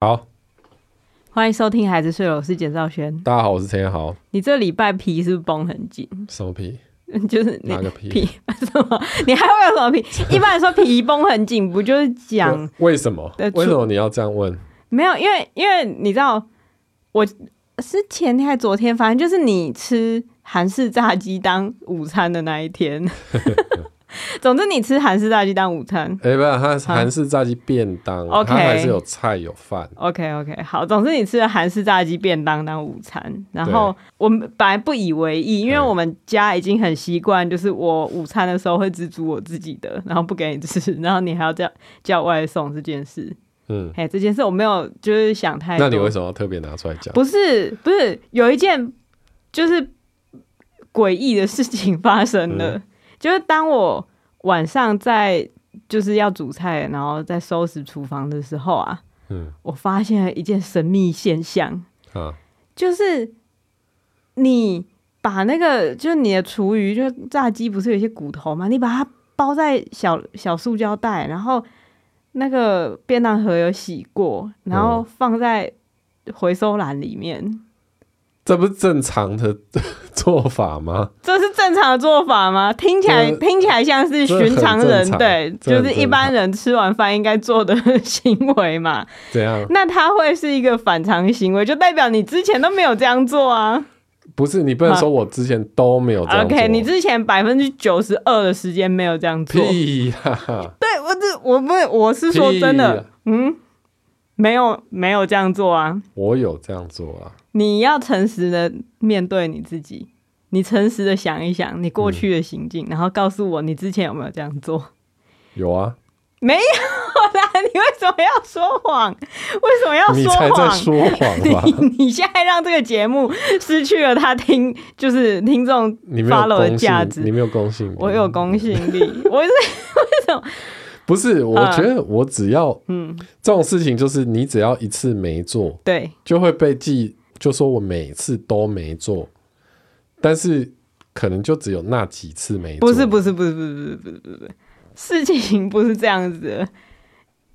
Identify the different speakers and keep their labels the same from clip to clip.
Speaker 1: 好，
Speaker 2: 欢迎收听《孩子睡了》，我是简兆轩。
Speaker 1: 大家好，我是陈彦豪。
Speaker 2: 你这礼拜皮是不是绷很紧，
Speaker 1: 什么皮？
Speaker 2: 就是你
Speaker 1: 哪个皮？
Speaker 2: 皮什么？你还会有什 么皮？一般来说皮绷很紧，不就是讲
Speaker 1: 为为什么
Speaker 2: 呃？
Speaker 1: 为什么你要这样问？
Speaker 2: 没有？因为因为你知道，我是前天还昨天，反正就是你吃韩式炸鸡当午餐的那一天。 总之，你吃韩式炸鸡当午餐。
Speaker 1: 哎、不是，它是韩式炸鸡便当，
Speaker 2: OK
Speaker 1: 它还是有菜有饭。
Speaker 2: OK OK，好，总之你吃了韩式炸鸡便当当午餐，然后我们本来不以为意，因为
Speaker 1: 对
Speaker 2: 我们家已经很习惯，就是我午餐的时候会只煮我自己的，然后不给你吃，然后你还要叫叫外送这件事，
Speaker 1: 嗯，
Speaker 2: 哎，这件事我没有就是想太多。
Speaker 1: 那你为什么要特别拿出来讲？
Speaker 2: 不是不是有一件就是诡异的事情发生了，
Speaker 1: 嗯
Speaker 2: 就是当我晚上在就是要煮菜，然后在收拾厨房的时候啊，
Speaker 1: 嗯
Speaker 2: 我发现了一件神秘现象，
Speaker 1: 啊，
Speaker 2: 就是你把那个就是你的厨余，就是炸鸡不是有一些骨头嘛，你把它包在小小塑胶袋，然后那个便当盒有洗过，然后
Speaker 1: 嗯
Speaker 2: 放在回收篮里面，
Speaker 1: 这不是正常的做法吗？
Speaker 2: 这是正常的做法吗？听起来
Speaker 1: 这
Speaker 2: 听起来像是寻常
Speaker 1: 这很
Speaker 2: 人
Speaker 1: 正常
Speaker 2: 对，
Speaker 1: 这
Speaker 2: 就
Speaker 1: 很
Speaker 2: 是一般人吃完饭应该做的行 为嘛。
Speaker 1: 怎样？
Speaker 2: 那它会是一个反常行为，就代表你之前都没有这样做啊。
Speaker 1: 不是，你不能说我之前都没有这样做。
Speaker 2: OK，你之前百分之九十二的时间没有这样做。
Speaker 1: 屁呀！
Speaker 2: 对我这我不我是说真
Speaker 1: 屁
Speaker 2: 的
Speaker 1: 呀，
Speaker 2: 嗯，没有没有这样做啊。
Speaker 1: 我有这样做啊。
Speaker 2: 你要诚实的面对你自己，你诚实的想一想你过去的行径，然后告诉我你之前有没有这样做。
Speaker 1: 有啊，
Speaker 2: 没有啦，啊你为什么要说谎？为什么要
Speaker 1: 你
Speaker 2: 说
Speaker 1: 才在
Speaker 2: 谎？
Speaker 1: 说谎 吧？
Speaker 2: 你你现在让这个节目失去了他听就是听众
Speaker 1: 你没有
Speaker 2: follow 的
Speaker 1: 公
Speaker 2: 价值
Speaker 1: 信，你没有公信力。
Speaker 2: 我有公信力，我是
Speaker 1: 不是，我
Speaker 2: 啊
Speaker 1: 觉得我只要
Speaker 2: 嗯
Speaker 1: 这种事情，就是你只要一次没做，
Speaker 2: 对
Speaker 1: 就会被记，就说我每次都没做，但是可能就只有那几次没做。
Speaker 2: 不是不是不是不是不是不是不是，事情不是这样子的，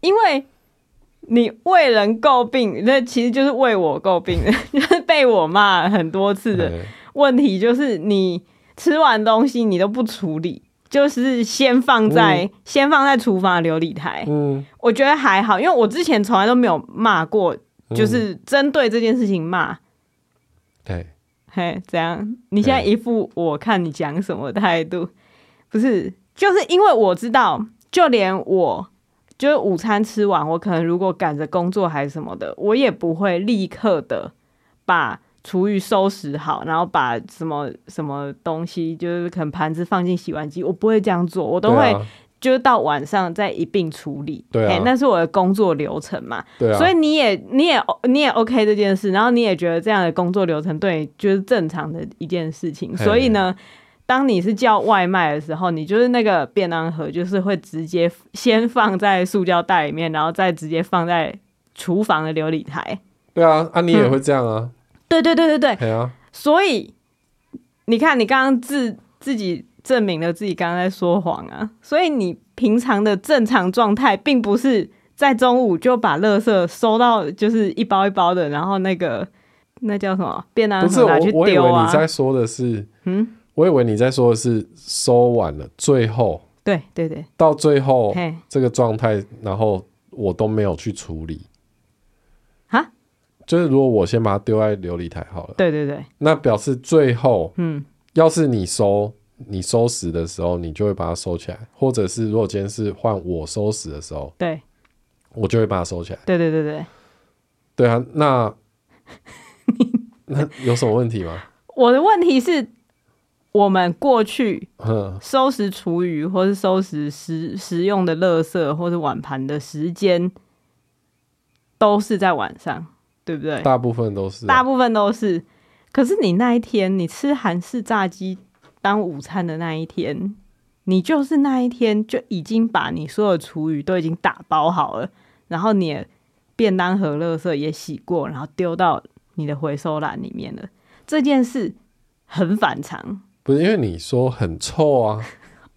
Speaker 2: 因为你为人诟病，那其实就是为我诟病 的，就是被我骂很多次的
Speaker 1: 哎
Speaker 2: 问题，就是你吃完东西你都不处理。就是先放在、先放在厨房的琉璃台，
Speaker 1: 嗯，
Speaker 2: 我觉得还好，因为我之前从来都没有骂过，
Speaker 1: 嗯
Speaker 2: 就是针对这件事情骂。
Speaker 1: 哎，
Speaker 2: 嘿，怎样？你现在
Speaker 1: 哎
Speaker 2: 一副我看你讲什么态度？不是，就是因为我知道，就连我就是午餐吃完，我可能如果赶着工作还是什么的，我也不会立刻的把厨余收拾好，然后把什么什么东西，就是可能盘子放进洗碗机，我不会这样做，我都
Speaker 1: 对
Speaker 2: 会
Speaker 1: 啊，
Speaker 2: 就是到晚上再一并处理。
Speaker 1: 对啊
Speaker 2: 嘿那是我的工作流程嘛。
Speaker 1: 对啊，
Speaker 2: 所以你也你也你也 OK 这件事，然后你也觉得这样的工作流程对你就是正常的一件事情，
Speaker 1: 嘿
Speaker 2: 所以呢，当你是叫外卖的时候，你就是那个便当盒就是会直接先放在塑胶袋里面，然后再直接放在厨房的琉璃台。
Speaker 1: 对啊，啊，你
Speaker 2: 嗯
Speaker 1: 也会这样啊，
Speaker 2: 对对对对对，
Speaker 1: 哎呀，
Speaker 2: 所以你看，你刚刚自自己证明了自己刚刚在说谎啊，所以你平常的正常状态，并不是在中午就把垃圾收到，就是一包一包的，然后那个那叫什么便当
Speaker 1: 不是
Speaker 2: 盒
Speaker 1: 我
Speaker 2: 拿去，
Speaker 1: 我以
Speaker 2: 丢
Speaker 1: 为
Speaker 2: 啊
Speaker 1: 你。在说的是，
Speaker 2: 嗯，
Speaker 1: 我以为你在说的是收完了，最后
Speaker 2: 对对对，
Speaker 1: 到最后
Speaker 2: 嘿，
Speaker 1: 这个状态，然后我都没有去处理。
Speaker 2: 哈，
Speaker 1: 就是如果我先把它丢在琉璃台好了，
Speaker 2: 对对对，
Speaker 1: 那表示最后
Speaker 2: 嗯，
Speaker 1: 要是你收你收拾的时候，你就会把它收起来，或者是如果今天是换我收拾的时候，
Speaker 2: 对
Speaker 1: 我就会把它收起来。
Speaker 2: 对对对对，
Speaker 1: 对啊，那那有什么问题 吗？
Speaker 2: 我的问题是。我们过去
Speaker 1: 嗯，
Speaker 2: 收拾厨余，或是收拾食食用的垃圾，或是碗盘的时间，都是在晚上，对不对？
Speaker 1: 大部分都是啊、
Speaker 2: 大部分都是。可是你那一天，你吃韩式炸鸡当午餐的那一天，你就是那一天就已经把你所有厨余都已经打包好了，然后你的便当盒垃圾也洗过，然后丢到你的回收篮里面了。这件事很反常
Speaker 1: 不是因为你说很臭啊？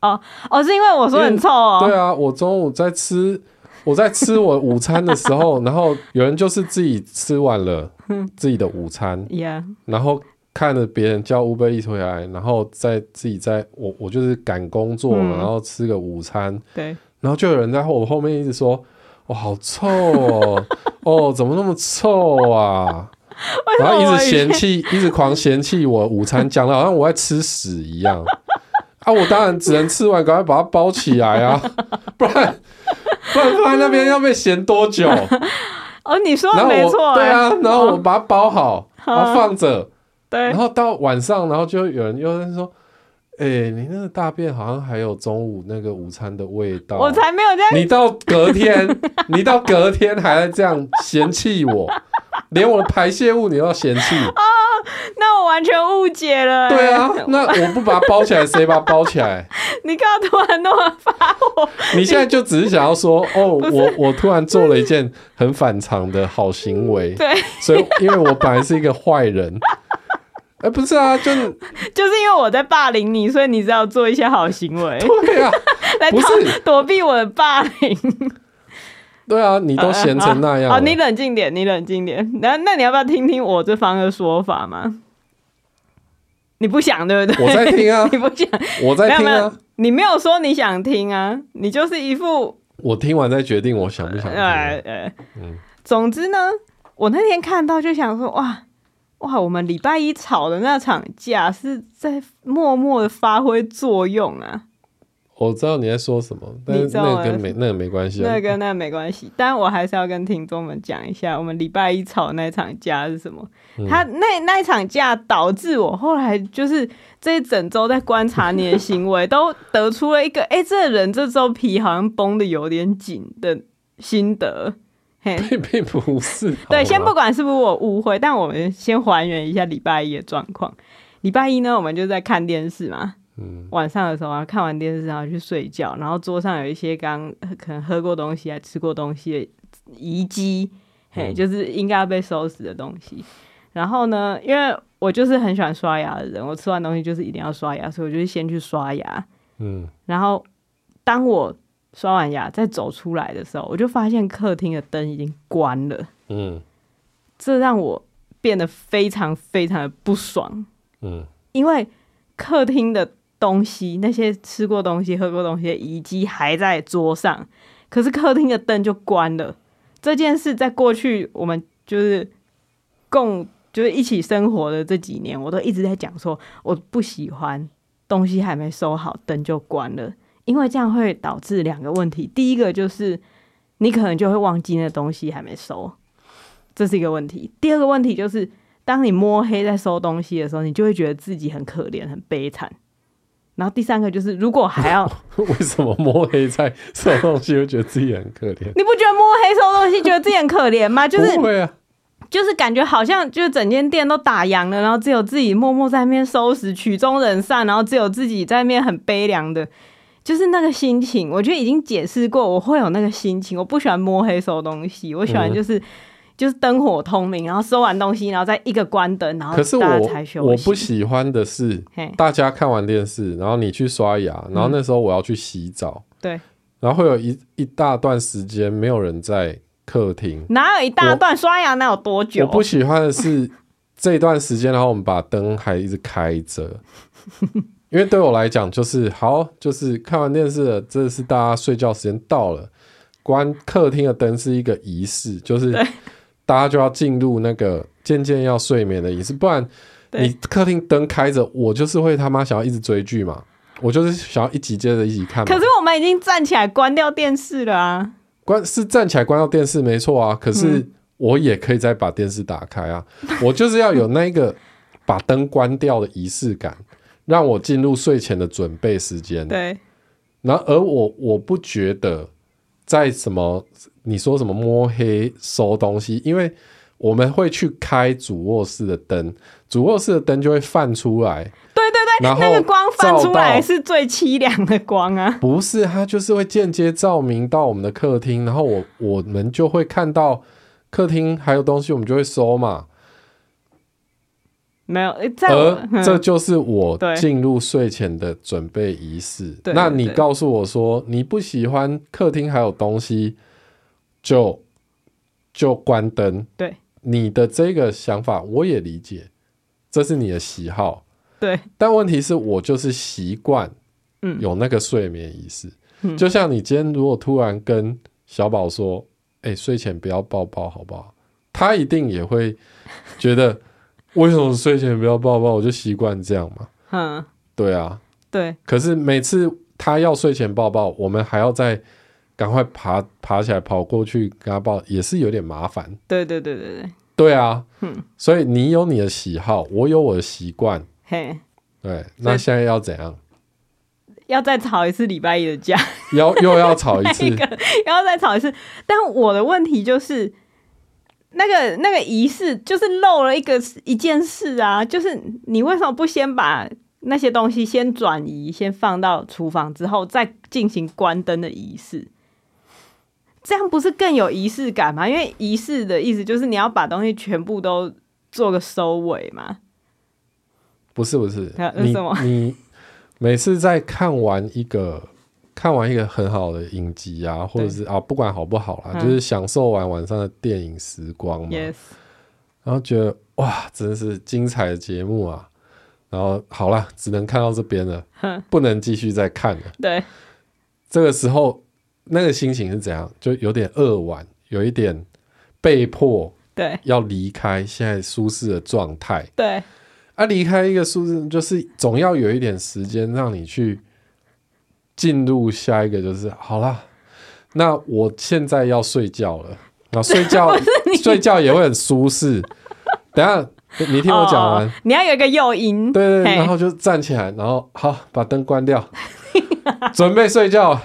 Speaker 2: 哦，是因为我说很臭哦。
Speaker 1: 对啊，我中午在吃我在吃我午餐的时 候，然后有人就是自己吃完了自己的午餐，
Speaker 2: 呀，
Speaker 1: 然后看着别人叫 Uber Eats 回来，然后再自己在我我就是赶工作嘛，
Speaker 2: 嗯
Speaker 1: 然后吃个午餐，
Speaker 2: 对，
Speaker 1: 然后就有人在我后面一直说：“哇、好臭哦， 哦，怎么那么臭啊？”然后一直嫌弃，一直狂嫌弃我午餐，讲的好像我在吃屎一样。啊，我当然只能吃完，赶快把它包起来啊， 不然不然放在那边要被嫌多久？
Speaker 2: 哦，你说
Speaker 1: 然
Speaker 2: 的
Speaker 1: 后
Speaker 2: 没错哦
Speaker 1: 我
Speaker 2: 欸，
Speaker 1: 对啊，然后我把它包好，然后放着，
Speaker 2: 对
Speaker 1: 然后到晚上，然后就有人又在说：“哎、你那个大便好像还有中午那个午餐的味道。”
Speaker 2: 我才没有这样，
Speaker 1: 你到隔天，你到隔天还在这样嫌弃我，连我的排泄物你都要嫌弃。
Speaker 2: 那我完全误解了欸。
Speaker 1: 对啊，那我不把它包起来，谁把它包起来？
Speaker 2: 你刚刚突然那么发火，
Speaker 1: 你现在就只是想要说，哦，我我突然做了一件很反常的好行为，
Speaker 2: 对，
Speaker 1: 所以因为我本来是一个坏人。哎，不是啊，就
Speaker 2: 就是因为我在霸凌你，所以你只要做一些好行为
Speaker 1: 对啊，
Speaker 2: 来
Speaker 1: 不
Speaker 2: 逃
Speaker 1: 是
Speaker 2: 躲避我的霸凌。
Speaker 1: 对啊，你都嫌成那样
Speaker 2: 好，
Speaker 1: 了。
Speaker 2: 你冷静点，你冷静点。那那你要不要听听我这方的说法吗？你不想对不对？
Speaker 1: 我在听啊
Speaker 2: 你不想，
Speaker 1: 我
Speaker 2: 没
Speaker 1: 在
Speaker 2: 有
Speaker 1: 听
Speaker 2: 没有
Speaker 1: 啊，，
Speaker 2: 你没有说你想听啊，你就是一副
Speaker 1: 我听完再决定我想不想
Speaker 2: 呃
Speaker 1: 听。
Speaker 2: 呃，
Speaker 1: 嗯
Speaker 2: 总之呢，我那天看到就想说，哇哇，我们礼拜一吵的那场架是在默默的发挥作用啊。
Speaker 1: 我知道你在说什么，但是
Speaker 2: 你知道
Speaker 1: 那个
Speaker 2: 我
Speaker 1: 跟没那个没关系啊。
Speaker 2: 那跟那没关系，但我还是要跟听众们讲一下，我们礼拜一吵那一场架是什么。他那那一场架导致我后来就是这一整周在观察你的行为，都得出了一个，哎、这人这周皮好像绷的有点紧的心得。嘿，
Speaker 1: 并 并不是。好
Speaker 2: 对，
Speaker 1: 吗
Speaker 2: 先不管是不是我误会，但我们先还原一下礼拜一的状况。礼拜一呢，我们就在看电视嘛，
Speaker 1: 嗯
Speaker 2: 晚上的时候啊，看完电视然后去睡觉，然后桌上有一些刚呃可能喝过东西啊、吃过东西的遗迹，嘿，
Speaker 1: 嗯
Speaker 2: 就是应该要被收拾的东西。然后呢，因为我就是很喜欢刷牙的人，我吃完东西就是一定要刷牙，所以我就是先去刷牙。
Speaker 1: 嗯，
Speaker 2: 然后当我刷完牙再走出来的时候，我就发现客厅的灯已经关了，
Speaker 1: 嗯
Speaker 2: 这让我变得非常非常的不爽。
Speaker 1: 嗯
Speaker 2: 因为客厅的东西，那些吃过东西、喝过东西的遗迹还在桌上，可是客厅的灯就关了。这件事在过去我们就是共就是一起生活的这几年，我都一直在讲说，我不喜欢东西还没收好，灯就关了，因为这样会导致两个问题。第一个就是你可能就会忘记那东西还没收，这是一个问题。第二个问题就是，当你摸黑在收东西的时候，你就会觉得自己很可怜、很悲惨。然后第三个就是，如果还 要，？
Speaker 1: 为什么摸黑在什么东西会觉得自己很可怜
Speaker 2: 你不觉得摸黑收东西，觉得自己很可 怜吗？就是
Speaker 1: 不会啊，
Speaker 2: 就是感觉好像就是整间店都打烊了，然后只有自己默默在那边收拾，曲终人散，然后只有自己在那边很悲凉的，就是那个心情。我觉得已经解释过，我会有那个心情。我不喜欢摸黑收东西，我喜
Speaker 1: 嗯
Speaker 2: 欢就是、就是灯火通明，然后收完东西，然后再一个关灯，然后
Speaker 1: 可是
Speaker 2: 大
Speaker 1: 我
Speaker 2: 家才休息。
Speaker 1: 我不喜欢的是，
Speaker 2: 嘿，嗯
Speaker 1: 大家看完电视，然后你去刷牙，然后那时候我要去洗澡，
Speaker 2: 对，
Speaker 1: 然后会有一一大段时间没有人在客厅。
Speaker 2: 哪有一大段刷牙能有多久？
Speaker 1: 我不喜欢的是这段时间，然后我们把灯还一直开 着。因为对我来讲，就是好，就是看完电视了，这是大家睡觉时间到了，关客厅的灯是一个仪式，就是
Speaker 2: 对
Speaker 1: 大家就要进入那个渐渐要睡眠的仪式，不然
Speaker 2: 对
Speaker 1: 你客厅灯开着，我就是会他妈想要一直追剧嘛，我就是想要一集接着一集看嘛。
Speaker 2: 可是我们已经站起来关掉电视了啊！
Speaker 1: 关是站起来关掉电视没错啊，可是我也可以再把电视打开啊，我就是要有那个把灯关掉的仪式感，让我进入睡前的准备时间。
Speaker 2: 对，
Speaker 1: 然后而我我不觉得在什么你说什么摸黑收东西，因为我们会去开主卧室的灯，主卧室的灯就会泛出来，
Speaker 2: 对对对，
Speaker 1: 然后
Speaker 2: 那个光翻出
Speaker 1: 照
Speaker 2: 来
Speaker 1: 到
Speaker 2: 是最凄凉的光啊！
Speaker 1: 不是，它就是会间接照明到我们的客厅，然后我我们就会看到客厅还有东西，我们就会收嘛。
Speaker 2: 没有，诶在我嗯
Speaker 1: 而呃这就是我
Speaker 2: 对
Speaker 1: 进入睡前的准备仪式。
Speaker 2: 对
Speaker 1: 那
Speaker 2: 对
Speaker 1: 你
Speaker 2: 对
Speaker 1: 告诉我说你不喜欢客厅还有东西，就就关灯。
Speaker 2: 对，
Speaker 1: 你的这个想法我也理解，这是你的喜好。
Speaker 2: 对，
Speaker 1: 但问题是我就是习惯，
Speaker 2: 嗯
Speaker 1: 有那个睡眠仪式。
Speaker 2: 嗯
Speaker 1: 就像你今天如果突然跟小宝说：“哎、睡前不要抱抱，好不好？”他一定也会觉得为什么睡前不要抱抱？我就习惯这样嘛。
Speaker 2: 嗯，
Speaker 1: 对啊，
Speaker 2: 对，
Speaker 1: 可是每次他要睡前抱抱，我们还要再赶快爬爬起来跑过去跟他抱，也是有点麻烦。
Speaker 2: 对对对对对，
Speaker 1: 对啊，
Speaker 2: 嗯，
Speaker 1: 所以你有你的喜好，我有我的习惯。
Speaker 2: 嘿，
Speaker 1: 对，那现在要怎样？
Speaker 2: 要再吵一次礼拜一的架，
Speaker 1: 要 又要吵 一次
Speaker 2: 那？个要再吵一次。但我的问题就是，那个那个仪式就是漏了一个一件事啊，就是你为什么不先把那些东西先转移，先放到厨房之后，再进行关灯的仪式？这样不是更有仪式感吗？因为仪式的意思就是你要把东西全部都做个收尾嘛。
Speaker 1: 不是不是
Speaker 2: 那，
Speaker 1: 你
Speaker 2: 什么
Speaker 1: 你每次在看完一个看完一个很好的影集啊，或者是啊，不管好不好啦，
Speaker 2: 嗯
Speaker 1: 就是享受完晚上的电影时光嘛，
Speaker 2: Yes，
Speaker 1: 然后觉得哇，真是精彩的节目啊。然后好啦，只能看到这边了，不能继续再看了。
Speaker 2: 对，
Speaker 1: 这个时候那个心情是怎样？就有点扼腕，有一点被迫
Speaker 2: 对，
Speaker 1: 要离开现在舒适的状态。
Speaker 2: 对，
Speaker 1: 啊，离开一个数字，就是总要有一点时间让你去进入下一个，就是好啦。那我现在要睡觉了，啊，睡 觉睡觉也会很舒适。等一下你听我讲完，
Speaker 2: 哦你要有一个诱因。
Speaker 1: 对对对，
Speaker 2: 嘿
Speaker 1: 然后就站起来，然后好把灯关掉，准备睡觉。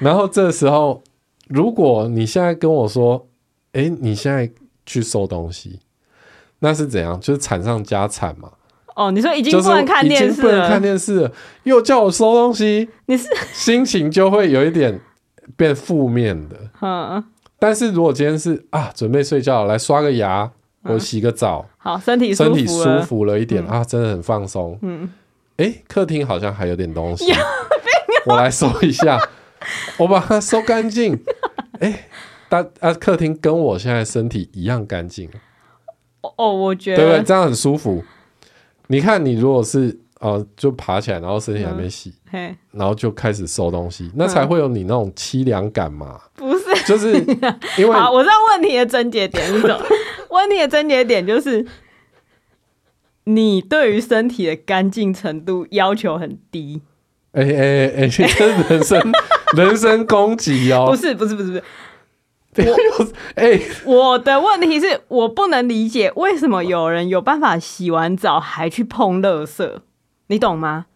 Speaker 1: 然后这时候，如果你现在跟我说，诶，你现在去收东西，那是怎样？就是惨上加惨嘛。
Speaker 2: 哦，你说已经
Speaker 1: 就是
Speaker 2: 不能看电
Speaker 1: 已
Speaker 2: 视
Speaker 1: 经不能看
Speaker 2: 了，
Speaker 1: 电视了，又叫我收东西，
Speaker 2: 你是
Speaker 1: 心情就会有一点变负面的。
Speaker 2: 嗯，
Speaker 1: 但是如果今天是啊，准备睡觉了，来刷个牙，我洗个澡，
Speaker 2: 好，身体
Speaker 1: 身
Speaker 2: 舒
Speaker 1: 体
Speaker 2: 服
Speaker 1: 舒
Speaker 2: 了，
Speaker 1: 服了一点、啊，真的很放松。
Speaker 2: 嗯，
Speaker 1: 诶，客厅好像还有点东西，我来收一下， 我把它收干净。诶，但啊，客厅跟我现在身体一样干净，
Speaker 2: 哦哦，我觉
Speaker 1: 对不对？
Speaker 2: 得，
Speaker 1: 这样很舒服。你看，你如果是呃，就爬起来，然后身体还没洗，
Speaker 2: 嘿，
Speaker 1: 然后就开始收东西，那才会有你那种凄凉感嘛。
Speaker 2: 嗯不是，
Speaker 1: 就是因为
Speaker 2: 好，我知道问题的症结点是什么，问题的症结点就是你对于身体的干净程度要求很低，
Speaker 1: 哎哎哎，这是人 身人身攻击
Speaker 2: 不
Speaker 1: 哦。
Speaker 2: 是，不是，不是，不是，
Speaker 1: 哎，
Speaker 2: 我的问题是我不能理解为什么有人有办法洗完澡还去碰垃圾，你懂吗？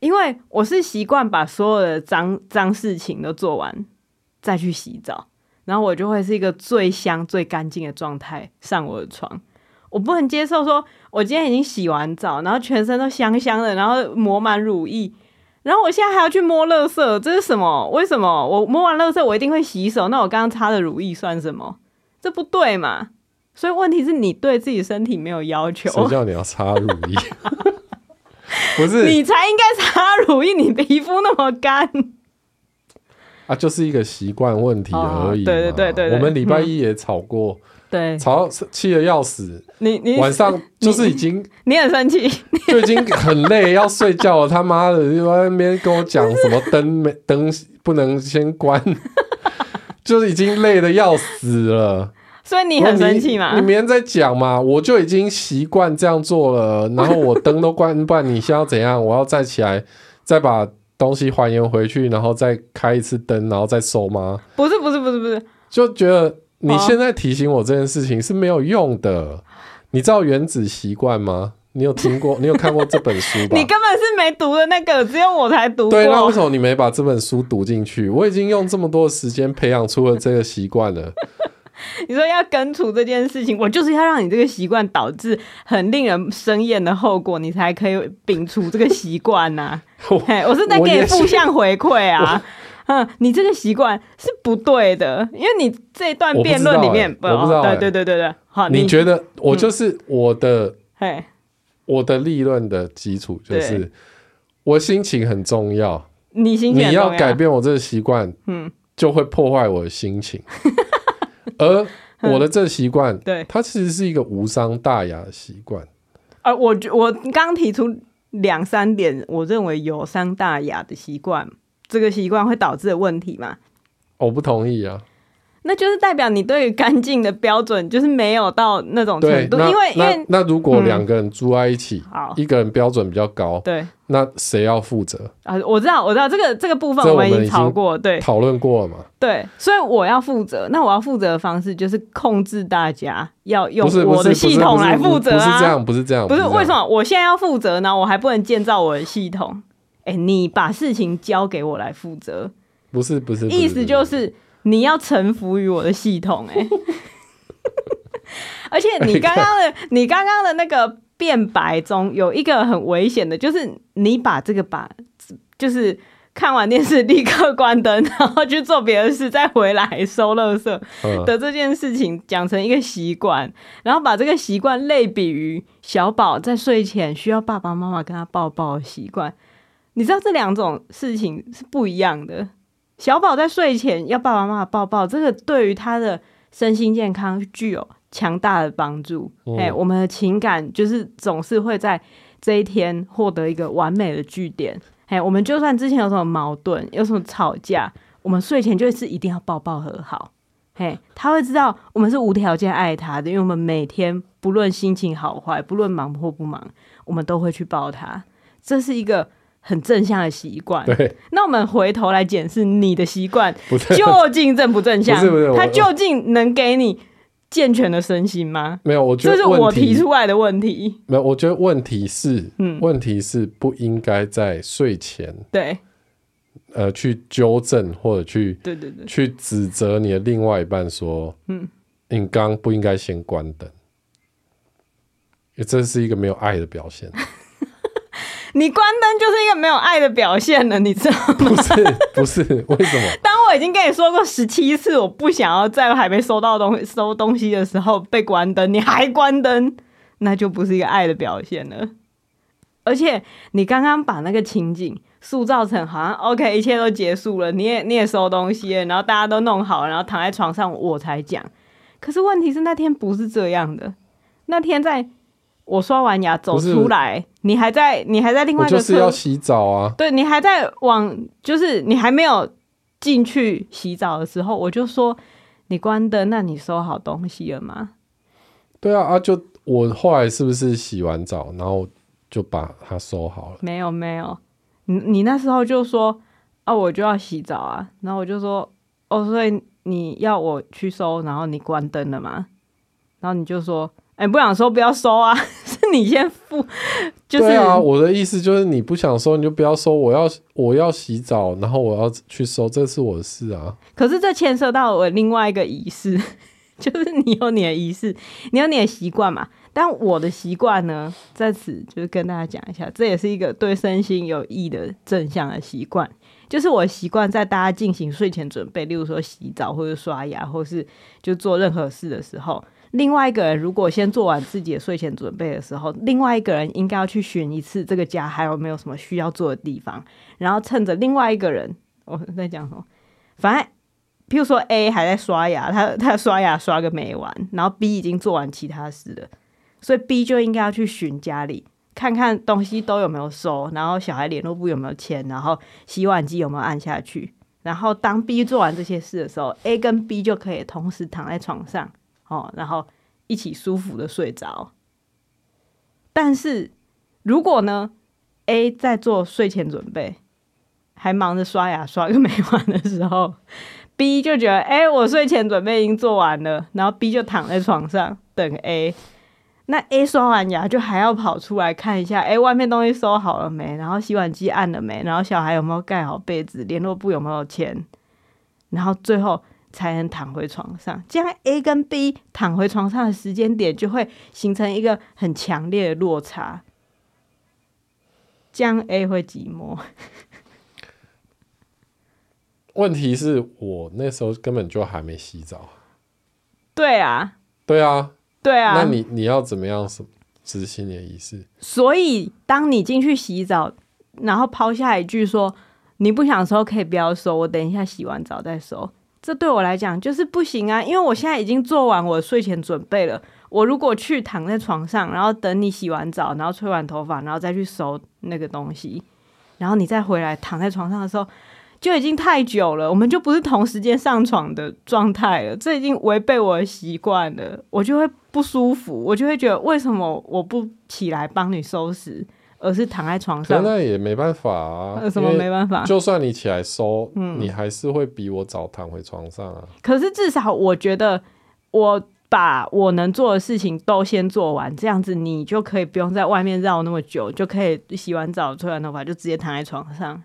Speaker 2: 因为我是习惯把所有的脏脏事情都做完再去洗澡，然后我就会是一个最香最干净的状态上我的床。我不能接受说，我今天已经洗完澡，然后全身都香香的，然后抹满乳液，然后我现在还要去摸垃圾，这是什么？为什么我摸完垃圾我一定会洗手？那我刚刚擦的乳液算什么？这不对嘛？所以问题是你对自己身体没有要求，
Speaker 1: 谁叫你要插乳 液？不是
Speaker 2: 你才应该擦乳液，你皮肤那么干。
Speaker 1: 啊，就是一个习惯问题而已嘛。
Speaker 2: 哦对对对对对嗯
Speaker 1: 我们礼拜一也吵过，
Speaker 2: 对
Speaker 1: 吵到气得要死，
Speaker 2: 你，你
Speaker 1: 晚上就是已经
Speaker 2: 你很生气，
Speaker 1: 就已经很累，要睡觉了。他妈的，就在那边跟我讲什么灯 没灯不能先关， 就是已经累得要死了。
Speaker 2: 所以你很生气嘛
Speaker 1: 你？明天再讲嘛，我就已经习惯这样做了。然后我灯都关，不然你现在要怎样？我要再起来，再把东西还原回去，然后再开一次灯，然后再收吗？
Speaker 2: 不是不是不是不是，
Speaker 1: 就觉得你
Speaker 2: 哦
Speaker 1: 现在提醒我这件事情是没有用的。你知道《原子习惯》吗？你有听过？你有看过这本书吧
Speaker 2: 你？根本是没读的那个，只有我才读过。
Speaker 1: 对，那为什么你没把这本书读进去？我已经用这么多时间培养出了这个习惯 了。
Speaker 2: 你说要根除这件事情，我就是要让你这个习惯导致很令人生厌的后果，你才可以摒除这个习 惯呐、
Speaker 1: 我
Speaker 2: 嘿，我是在
Speaker 1: 我
Speaker 2: 给你
Speaker 1: 也是
Speaker 2: 负向回馈啊。 嗯，你这个习惯是不对的，因为你这一段
Speaker 1: 我不
Speaker 2: 辩
Speaker 1: 知
Speaker 2: 论
Speaker 1: 道
Speaker 2: 里
Speaker 1: 欸
Speaker 2: 面，
Speaker 1: 我不知道
Speaker 2: 对
Speaker 1: 欸
Speaker 2: 对对对对，好，
Speaker 1: 你
Speaker 2: 你嗯
Speaker 1: 觉得我就是我的、
Speaker 2: 嘿，
Speaker 1: 我的立论的基础就是我心情很重要，
Speaker 2: 你心情
Speaker 1: 你
Speaker 2: 很重
Speaker 1: 要改变我这个习惯，
Speaker 2: 嗯，
Speaker 1: 就会破坏我的心情。而我的这习惯，
Speaker 2: 对，
Speaker 1: 它其实是一个无伤大雅的习惯。
Speaker 2: 呃，我觉我刚提出两三点，我认为有伤大雅的习惯，这个习惯会导致的问题嘛，
Speaker 1: 我不同意啊，
Speaker 2: 那就是代表你对于干净的标准就是没有到那种
Speaker 1: 对
Speaker 2: 程，度，
Speaker 1: 那
Speaker 2: 因为因
Speaker 1: 那
Speaker 2: 为
Speaker 1: 那如果
Speaker 2: 嗯
Speaker 1: 两个人住在一起，
Speaker 2: 好
Speaker 1: 一个人标准比较高，
Speaker 2: 对
Speaker 1: 那谁要负责？
Speaker 2: 啊，我知道我知道这个这个部分
Speaker 1: 这
Speaker 2: 我们
Speaker 1: 我
Speaker 2: 已
Speaker 1: 们
Speaker 2: 经
Speaker 1: 已
Speaker 2: 吵
Speaker 1: 经
Speaker 2: 过，对
Speaker 1: 讨论过了嘛？
Speaker 2: 对，所以我要负责，那我要负责的方式就是控制大家要用
Speaker 1: 不是，不
Speaker 2: 我
Speaker 1: 是
Speaker 2: 的
Speaker 1: 不是
Speaker 2: 系统来
Speaker 1: 不是
Speaker 2: 负责
Speaker 1: 不是这
Speaker 2: 啊，
Speaker 1: 样，不是这样，
Speaker 2: 不是
Speaker 1: 这样
Speaker 2: 为什？么我现在要负责呢？我还不能建造我的系统？哎、你把事情交给我来负责，
Speaker 1: 不是不是，不
Speaker 2: 意思
Speaker 1: 不
Speaker 2: 就是你要臣服于我的系统、哎， 而且你刚
Speaker 1: 哎
Speaker 2: 刚的你刚刚的那个辩白中有一个很危险的，就是你把这个把就是看完电视立刻关灯，然后去做别的事，再回来收垃圾
Speaker 1: 嗯
Speaker 2: 的这件事情讲成一个习惯，然后把这个习惯类比于小宝在睡前需要爸爸妈妈跟他抱抱的习惯。你知道这两种事情是不一样的。小宝在睡前要爸爸妈妈抱抱，这个对于他的身心健康具有强大的帮助。哎、
Speaker 1: 嗯
Speaker 2: 我们的情感就是总是会在这一天获得一个完美的据点。哎，我们就算之前有什么矛盾，有什么吵架，我们睡前就是一定要抱抱和好。嘿，他会知道我们是无条件爱他的，因为我们每天不论心情好坏，不论忙或不忙，我们都会去抱他。这是一个很正向的习惯。
Speaker 1: 对，
Speaker 2: 那我们回头来检视你的习 惯
Speaker 1: 不是
Speaker 2: 究竟正不正向，
Speaker 1: 不是不是我
Speaker 2: 它究竟能给你健全的身心吗？
Speaker 1: 没有，我觉得
Speaker 2: 这是我
Speaker 1: 问题
Speaker 2: 提出来的问题。
Speaker 1: 没有，我觉得问题是，
Speaker 2: 嗯
Speaker 1: 问题是不应该在睡前
Speaker 2: 对
Speaker 1: 呃去纠正或者去
Speaker 2: 对对对，
Speaker 1: 去指责你的另外一半说，嗯，你刚不应该先关灯，因为这是一个没有爱的表 现，
Speaker 2: 你关灯就是一个没有爱的表现了，你知道吗？
Speaker 1: 不是不是，为什么？
Speaker 2: 当我已经跟你说过十七次，我不想要在还没收到东收东西的时候被关灯，你还关灯，那就不是一个爱的表现了。而且你刚刚把那个情景塑造成好像 OK，一切都结束了，你也你也收东西了，然后大家都弄好了，然后躺在床上我才讲。可是问题是那天不是这样的，那天在我刷完牙走
Speaker 1: 不是
Speaker 2: 出来，你还在你还在另外
Speaker 1: 我
Speaker 2: 一个
Speaker 1: 就是
Speaker 2: 厕
Speaker 1: 要洗澡啊，
Speaker 2: 对你还在往，就是你还没有进去洗澡的时候，我就说你关灯，那你收好东西了吗？
Speaker 1: 对啊啊，就我后来是不是洗完澡，然后就把它收好了？
Speaker 2: 没有没有，你你那时候就说啊，我就要洗澡啊，然后我就说哦，所以你要我去收，然后你关灯了吗？然后你就说，哎、不想收不要收啊， 是你先付，就是
Speaker 1: 对啊，我的意思就是你不想收，你就不要收。我要我要洗澡，然后我要去收，这是我的事啊。
Speaker 2: 可是这牵涉到我另外一个仪式， 就是你有你的仪式，你有你的习惯嘛。但我的习惯呢，在此就是跟大家讲一下，这也是一个对身心有益的正向的习惯。就是我习惯在大家进行睡前准备，例如说洗澡或者刷牙，或是就做任何事的时候，另外一个人如果先做完自己的睡前准备的时候，另外一个人应该要去寻一次这个家还有没有什么需要做的地方，然后趁着另外一个人，我在讲什么，反正譬如说 A 还在刷牙，他他刷牙刷个没完，然后 B 已经做完其他事了，所以 B 就应该要去巡家里，看看东西都有没有收，然后小孩联络簿有没有签，然后洗碗机有没有按下去。然后当 B 做完这些事的时候，A 跟 B 就可以同时躺在床上哦，然后一起舒服的睡着。但是如果呢，A 在做睡前准备，还忙着刷牙刷个没完的时候，B 就觉得，哎、我睡前准备已经做完了，然后 B 就躺在床上等 A。那 A 刷完牙就还要跑出来看一下，哎、外面东西收好了没？然后洗碗机按了没？然后小孩有没有盖好被子？联络簿有没有签？然后最后才能躺回床上。这样 A 跟 B 躺回床上的时间点就会形成一个很强烈的落差，这样 A 会寂寞。
Speaker 1: 问题是我那时候根本就还没洗澡。
Speaker 2: 对啊，
Speaker 1: 对啊，
Speaker 2: 对啊。
Speaker 1: 那你你要怎么样什执行你的仪式？
Speaker 2: 所以，当你进去洗澡，然后抛下一句说“你不想收，可以不要收，我等一下洗完澡再收”，这对我来讲就是不行啊，因为我现在已经做完我的睡前准备了。我如果去躺在床上，然后等你洗完澡，然后吹完头发，然后再去收那个东西，然后你再回来躺在床上的时候，就已经太久了，我们就不是同时间上床的状态了，这已经违背我的习惯了，我就会不舒服，我就会觉得为什么我不起来帮你收拾，而是躺在床
Speaker 1: 可是
Speaker 2: 上？
Speaker 1: 那也没办法啊，
Speaker 2: 呃，什么
Speaker 1: 因为
Speaker 2: 没办法？
Speaker 1: 就算你起来收，
Speaker 2: 嗯
Speaker 1: 你还是会比我早躺回床上啊。
Speaker 2: 可是至少我觉得，我把我能做的事情都先做完，这样子你就可以不用在外面绕那么久，就可以洗完澡、吹完头发就直接躺在床上。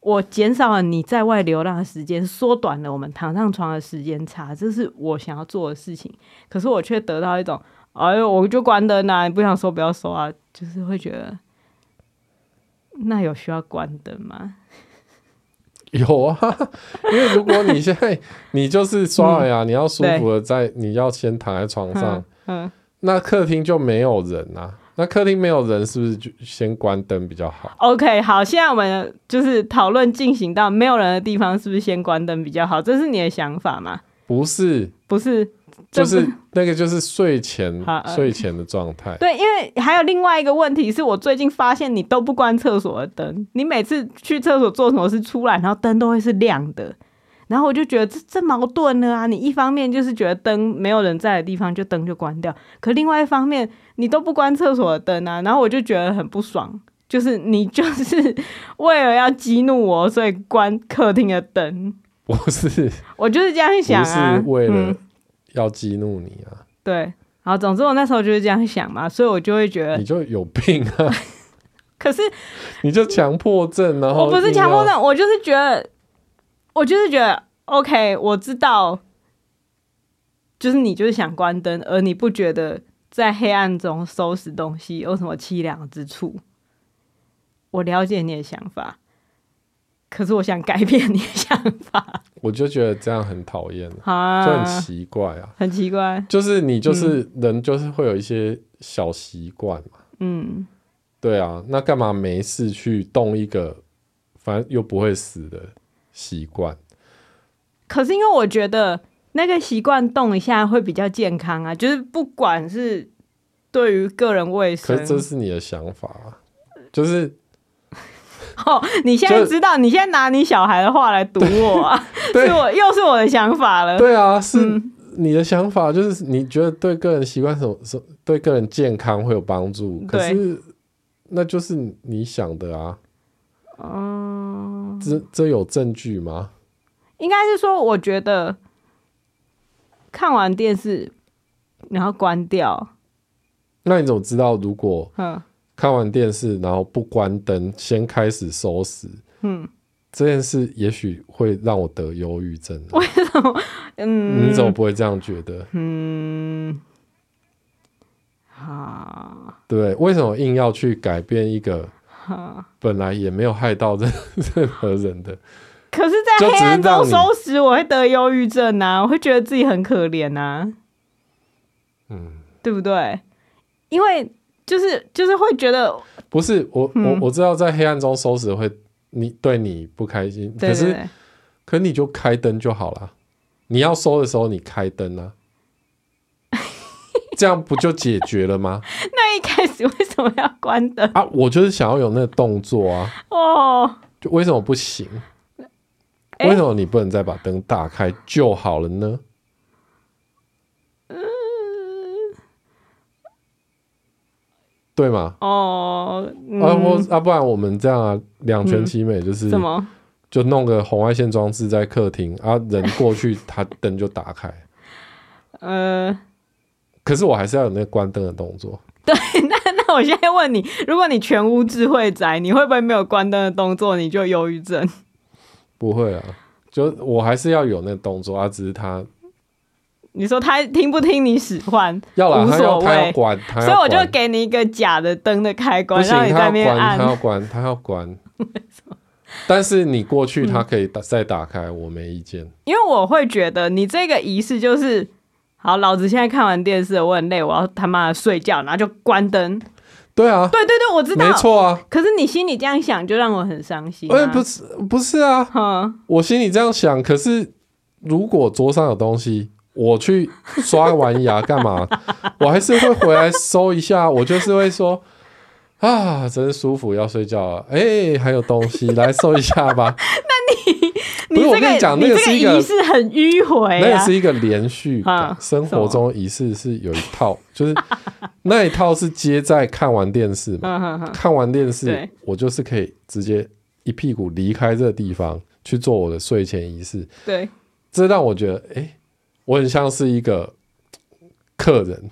Speaker 2: 我减少了你在外流浪的时间，缩短了我们躺上床的时间差，这是我想要做的事情。可是我却得到一种，哎呦，我就关灯啊，你不想收不要收啊，就是会觉得，那有需要关灯吗？
Speaker 1: 有啊，因为如果你现在 你就是刷完牙，你要舒服的在，你要先躺在床上，
Speaker 2: 嗯，
Speaker 1: 那客厅就没有人啊。那客厅没有人，是不是就先关灯比较好？
Speaker 2: OK，好，现在我们就是讨论进行到没有人的地方，是不是先关灯比较好？这是你的想法吗？
Speaker 1: 不是，
Speaker 2: 不是，
Speaker 1: 就
Speaker 2: 这不
Speaker 1: 是那个就是睡前
Speaker 2: 好呃
Speaker 1: 睡前的状态。
Speaker 2: 对，因为还有另外一个问题是我最近发现你都不关厕所的灯，你每次去厕所做什么事出来，然后灯都会是亮的，然后我就觉得这这矛盾了啊！你一方面就是觉得灯没有人在的地方就灯就关掉，可另外一方面你都不关厕所的灯啊，然后我就觉得很不爽。就是你就是 为了要激怒我，所以关客厅的灯，
Speaker 1: 不是，
Speaker 2: 我就是这样想
Speaker 1: 不
Speaker 2: 啊。
Speaker 1: 是为了
Speaker 2: 嗯、
Speaker 1: 要激怒你啊，
Speaker 2: 对，好，总之我那时候就是这样想嘛，所以我就会觉
Speaker 1: 你
Speaker 2: 得，
Speaker 1: 就有病啊，
Speaker 2: 可是
Speaker 1: 你就强迫症，然后
Speaker 2: 我不是
Speaker 1: 硬要
Speaker 2: 强迫症，我就是觉得，我就是觉得，OK，我知道，就是你就是想关灯，而你不觉得在黑暗中收拾东西有什么凄凉之处。我了解你的想法，可是我想改变你的想 法
Speaker 1: 我就觉得这样很讨厌，就
Speaker 2: 啊
Speaker 1: 很，奇怪啊。
Speaker 2: 很奇怪，
Speaker 1: 就是你就是、人，就是会有一些小习惯嘛。
Speaker 2: 嗯，
Speaker 1: 对啊，那干嘛没事去动一个反正又不会死的习惯？
Speaker 2: 可是因为我觉得那个习惯动一下会比较健康啊，就是不管是对于个人卫生，
Speaker 1: 可是这是你的想法、啊， 就是
Speaker 2: 哦，你现在
Speaker 1: 就
Speaker 2: 知道，你现在拿你小孩的话来堵我啊，
Speaker 1: 对
Speaker 2: 是我嗯又是我的想法了。
Speaker 1: 对啊，是你的想法，就是你觉得对个人习惯什么什么对个人健康会有帮助，可
Speaker 2: 对
Speaker 1: 是那就是你想的啊。
Speaker 2: 嗯，
Speaker 1: 这这有证据吗？
Speaker 2: 应该是说，我觉得看完电视然后关掉，
Speaker 1: 那你怎么知道如果
Speaker 2: 嗯，
Speaker 1: 看完电视，然后不关灯，先开始收拾，嗯，这件事也许会让我得忧郁症啊、
Speaker 2: 嗯
Speaker 1: 你怎么不会这样觉得？
Speaker 2: 嗯，好，
Speaker 1: 对，为什么硬要去改变一个
Speaker 2: 好
Speaker 1: 本来也没有害到任任何人的？
Speaker 2: 可是，在
Speaker 1: 就
Speaker 2: 黑
Speaker 1: 只是
Speaker 2: 暗
Speaker 1: 让
Speaker 2: 中
Speaker 1: 你
Speaker 2: 收拾，我会得忧郁症啊，我会觉得自己很可怜啊，
Speaker 1: 嗯，
Speaker 2: 对不对？因为就是就是会觉得，
Speaker 1: 不是，我我
Speaker 2: 嗯
Speaker 1: 我知道在黑暗中收拾会你对你不开心，
Speaker 2: 对对
Speaker 1: 可
Speaker 2: 对
Speaker 1: 是可你就开灯就好啦。你要收的时候你开灯啊，这样不就解决了吗？
Speaker 2: 那一开始为什么要关灯？
Speaker 1: 啊，我就是想要有那个动作啊。
Speaker 2: 哦，
Speaker 1: 就为什么不行？
Speaker 2: 诶
Speaker 1: 为什么你不能再把灯打开就好了呢？
Speaker 2: 嗯
Speaker 1: 对吗？
Speaker 2: 哦，嗯，
Speaker 1: 啊，我啊，不然我们这样啊，两全其美就是、
Speaker 2: 什么？
Speaker 1: 就弄个红外线装置在客厅啊，人过去他灯就打开，
Speaker 2: 呃，
Speaker 1: 可是我还是要有那个关灯的动作。
Speaker 2: 那我现在问你，如果你全屋智慧宅，你会不会没有关灯的动作你就忧郁症？
Speaker 1: 不会啊，就我还是要有那个动作啊，只是他
Speaker 2: 你说他听不听你使唤？
Speaker 1: 要啦，
Speaker 2: 无
Speaker 1: 他要
Speaker 2: 所
Speaker 1: 他
Speaker 2: 谓
Speaker 1: 要。关，他
Speaker 2: 所
Speaker 1: 要
Speaker 2: 以我就
Speaker 1: 关
Speaker 2: 给你一个假的灯的开
Speaker 1: 不
Speaker 2: 关，
Speaker 1: 行，
Speaker 2: 让你在
Speaker 1: 他
Speaker 2: 那边
Speaker 1: 要关，他
Speaker 2: 按。
Speaker 1: 要关，他要 关。但是你过去，他可以打再打开，我没意见。
Speaker 2: 因为我会觉得你这个仪式就是，好，老子现在看完电视了，我很累，我要他妈的睡觉，然后就关灯。
Speaker 1: 对啊，
Speaker 2: 对对对，我知道
Speaker 1: 没。错啊。
Speaker 2: 可是你心里这样想，就让我很伤心、啊。
Speaker 1: 哎，不是不是啊，
Speaker 2: 哼，
Speaker 1: 我心里这样想，可是如果桌上有东西，我去刷完牙干嘛？我还是会回来收一下，我就是会说。啊，真舒服，要睡觉了。哎、还有东西，来收一下吧。不
Speaker 2: 你
Speaker 1: 是
Speaker 2: 这
Speaker 1: 我跟你讲
Speaker 2: 你
Speaker 1: 那个
Speaker 2: 这
Speaker 1: 是一
Speaker 2: 仪
Speaker 1: 个
Speaker 2: 式很迂回
Speaker 1: 那也
Speaker 2: 啊。
Speaker 1: 是一个连续感
Speaker 2: 啊，
Speaker 1: 生
Speaker 2: 什么
Speaker 1: 活中仪式是有一套，就是那一套是接在看完电视嘛，
Speaker 2: 嗯哼哼，
Speaker 1: 看完电视
Speaker 2: 对
Speaker 1: 我就是可以直接一屁股离开这个地方去做我的睡前仪式，
Speaker 2: 对，
Speaker 1: 这让我觉得，哎、我很像是一个客人。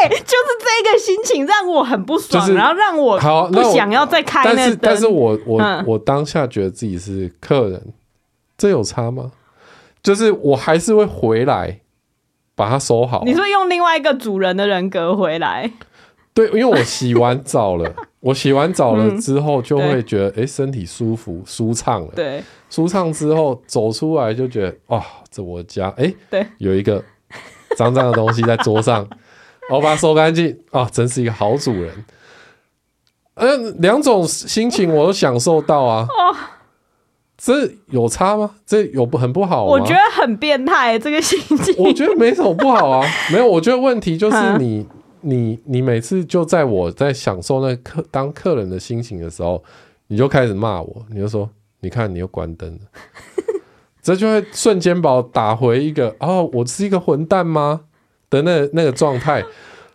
Speaker 2: 就是这个心情让我很不爽，
Speaker 1: 就是
Speaker 2: 然后让我
Speaker 1: 好那
Speaker 2: 哦不
Speaker 1: 我
Speaker 2: 想要再开
Speaker 1: 但
Speaker 2: 那
Speaker 1: 是，
Speaker 2: 灯。
Speaker 1: 但是我我、
Speaker 2: 嗯
Speaker 1: 我当下觉得自己是客人，这有差吗？就是我还是会回来把它收好啊。
Speaker 2: 你说用另外一个主人的人格回来，
Speaker 1: 对，因为我洗完澡 了，我洗完澡了之后就会
Speaker 2: 嗯对
Speaker 1: 觉得，哎、身体舒服、舒畅了。
Speaker 2: 对
Speaker 1: 舒畅之后走出来就觉得，哇，这我家，哎、
Speaker 2: 对，
Speaker 1: 有一个脏脏的东西在桌上，我把它收干净，啊，真是一个好主人。嗯，两种心情我都享受到啊。
Speaker 2: 哦
Speaker 1: 这有差吗？这有不很不好吗？
Speaker 2: 我觉得很变态这个心情。
Speaker 1: 我觉得没什么不好 啊，没有，我觉得问题就是
Speaker 2: 嗯
Speaker 1: 你你你每次就在我在享受那客当客人的心情的时候，你就开始骂我，你就说你看你又关灯 了，这就会瞬间把我打回一个哦，我是一个混蛋吗的那那个状态，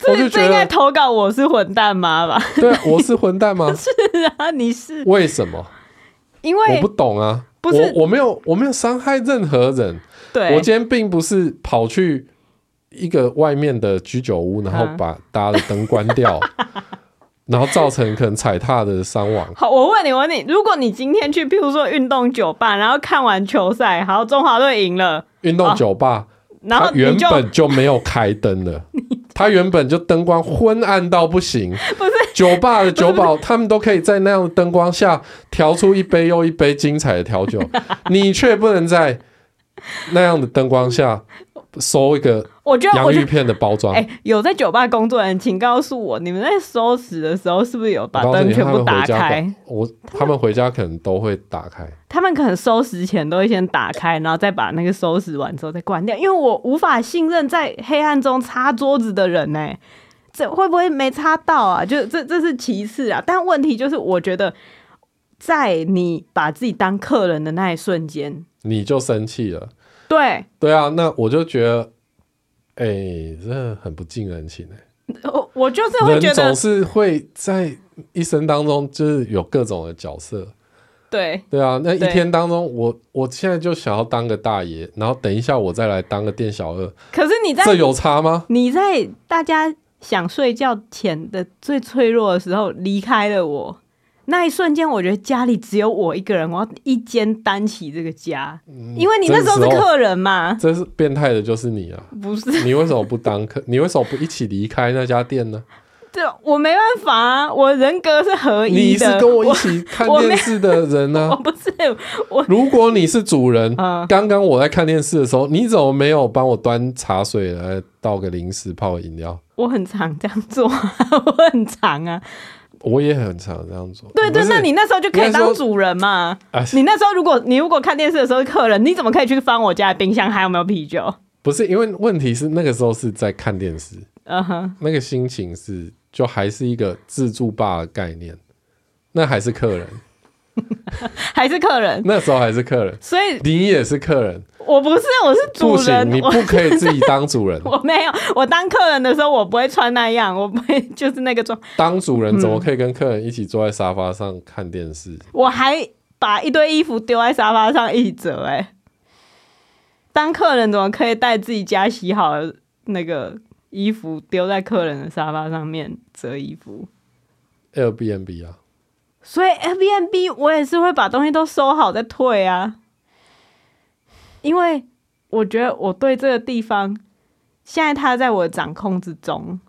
Speaker 1: 我就
Speaker 2: 这这
Speaker 1: 觉
Speaker 2: 应该
Speaker 1: 得
Speaker 2: 投稿我是混蛋妈吧？
Speaker 1: 对啊，我是混蛋吗？
Speaker 2: 是啊，你是
Speaker 1: 为什么？
Speaker 2: 因
Speaker 1: 我
Speaker 2: 为
Speaker 1: 不懂啊，
Speaker 2: 不是
Speaker 1: 我我没有我没有伤害任何人，
Speaker 2: 对
Speaker 1: 我今天并不是跑去一个外面的居酒屋，然后
Speaker 2: 嗯
Speaker 1: 把大家的灯关 掉，然后造成可能踩踏的伤亡。
Speaker 2: 好，我问你，我问你，如果你今天去，譬如说运动酒吧，然后看完球赛，好，中华队赢了，
Speaker 1: 运动酒吧、
Speaker 2: 哦然后
Speaker 1: 它
Speaker 2: 你
Speaker 1: 原
Speaker 2: 就
Speaker 1: 本就没有开灯 了，它原本就灯光昏暗到不行。不
Speaker 2: 是
Speaker 1: 酒吧的酒保，他们都可以在那样的灯光下调出一杯又一杯精彩的调 酒，你却不能在那样的灯光下收一个
Speaker 2: 我觉得，我
Speaker 1: 洋
Speaker 2: 觉
Speaker 1: 芋
Speaker 2: 得，
Speaker 1: 片的包装
Speaker 2: 哎、。有在酒吧工作的人，请告诉我，你们在收拾的时候是不是有把
Speaker 1: 我告诉
Speaker 2: 灯
Speaker 1: 你，
Speaker 2: 全
Speaker 1: 他
Speaker 2: 部
Speaker 1: 们
Speaker 2: 打
Speaker 1: 回家
Speaker 2: 开
Speaker 1: 可？我他们回家可能都会打开。
Speaker 2: 他们可能收拾前都会先打开，然后再把那个收拾完之后再关掉，因为我无法信任在黑暗中擦桌子的人呢、欸这会不会没擦到啊？就这这是其次啊，但问题就是，我觉得在你把自己当客人的那一瞬间，
Speaker 1: 你就生气了。
Speaker 2: 对，
Speaker 1: 对啊，那我就觉得，哎、这很不近人情哎、
Speaker 2: 我我就是会觉
Speaker 1: 人
Speaker 2: 得
Speaker 1: 总，是会在一生当中就是有各种的角色。
Speaker 2: 对
Speaker 1: 对啊，那一
Speaker 2: 对
Speaker 1: 天当中，我我现在就想要当个大爷，然后等一下我再来当个店小二，
Speaker 2: 可是你在
Speaker 1: 这有差吗？
Speaker 2: 你在大家想睡觉前的最脆弱的时候离开了我，那一瞬间，我觉得家里只有我一个人，我要一肩担起这个家，
Speaker 1: 嗯
Speaker 2: 因为你那时候是
Speaker 1: 这时候
Speaker 2: 客人嘛，
Speaker 1: 这是变态的，就是你啊！
Speaker 2: 不是？
Speaker 1: 你为什么不当客？你为什么不一起离开那家店呢？
Speaker 2: 对，我没办法、啊，我人格是合
Speaker 1: 你
Speaker 2: 一
Speaker 1: 是
Speaker 2: 的，
Speaker 1: 跟我一
Speaker 2: 我
Speaker 1: 起看
Speaker 2: 我没
Speaker 1: 电视的人啊呢、
Speaker 2: 我不 是我，
Speaker 1: 如果你是主人，
Speaker 2: 嗯
Speaker 1: 刚刚我在看电视的时候，你怎么没有帮我端茶水来倒个零食、泡个饮料？
Speaker 2: 我很常这样做啊，我很常啊，我
Speaker 1: 我也很常这样做。
Speaker 2: 对对
Speaker 1: 不，是
Speaker 2: 那你那时候就可以
Speaker 1: 应该说
Speaker 2: 当主人嘛。
Speaker 1: 啊，
Speaker 2: 你那时候如果你如果看电视的时候是客人，你怎么可以去翻我家的冰箱还有没有啤酒？
Speaker 1: 不是因为问题是那个时候是在看电视，
Speaker 2: 嗯哼，
Speaker 1: 那个心情是就还是一个自助吧的概念，那还是客 人，
Speaker 2: 还是客人，
Speaker 1: 那时候还是客人，
Speaker 2: 所以
Speaker 1: 你也是客人，
Speaker 2: 我不是，我是主
Speaker 1: 不行，
Speaker 2: 人，
Speaker 1: 你不
Speaker 2: 我，
Speaker 1: 可以自己当主人
Speaker 2: 我没有，我当客人的时候我不会穿那样，我不会就是那个装，
Speaker 1: 当主
Speaker 2: 嗯
Speaker 1: 人怎么可以跟客人一起坐在沙发上看电视？
Speaker 2: 我还把一堆衣服丢在沙发上一起折、哎，当客人怎么可以带自己家洗好的那个衣服丢在客人的沙发上面折衣服？
Speaker 1: Airbnb 啊，
Speaker 2: 所以 Airbnb 我也是会把东西都收好再退啊，因为我觉得我对这个地方现在它在我的掌控之中，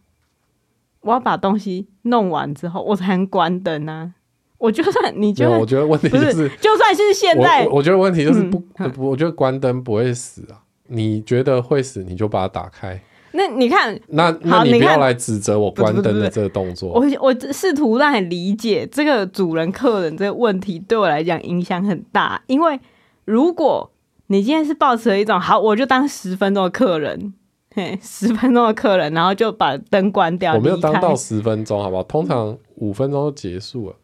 Speaker 2: 我要把东西弄完之后，我才能关灯啊。我就算你
Speaker 1: 没
Speaker 2: 就
Speaker 1: 有，
Speaker 2: 算
Speaker 1: 我觉得问题
Speaker 2: 不，
Speaker 1: 就是
Speaker 2: 就算是现在
Speaker 1: 我，我觉得问题就是
Speaker 2: 嗯
Speaker 1: 不，不我觉得关灯不会死啊。你觉得会死，你就把它打开。
Speaker 2: 那你看，
Speaker 1: 那那
Speaker 2: 好
Speaker 1: 你
Speaker 2: 你
Speaker 1: 不要
Speaker 2: 看
Speaker 1: 来指责我关
Speaker 2: 不
Speaker 1: 灯
Speaker 2: 不
Speaker 1: 的
Speaker 2: 不
Speaker 1: 这个动作。
Speaker 2: 我我试图让你理解这个主人客人这个问题对我来讲影响很大，因为如果你今天是抱持了一种好，我就当十分钟的客人，嘿，十分钟的客人，然后就把灯关掉。
Speaker 1: 我没有
Speaker 2: 离开
Speaker 1: 当到十分钟，好不好？通常五分钟就结束了。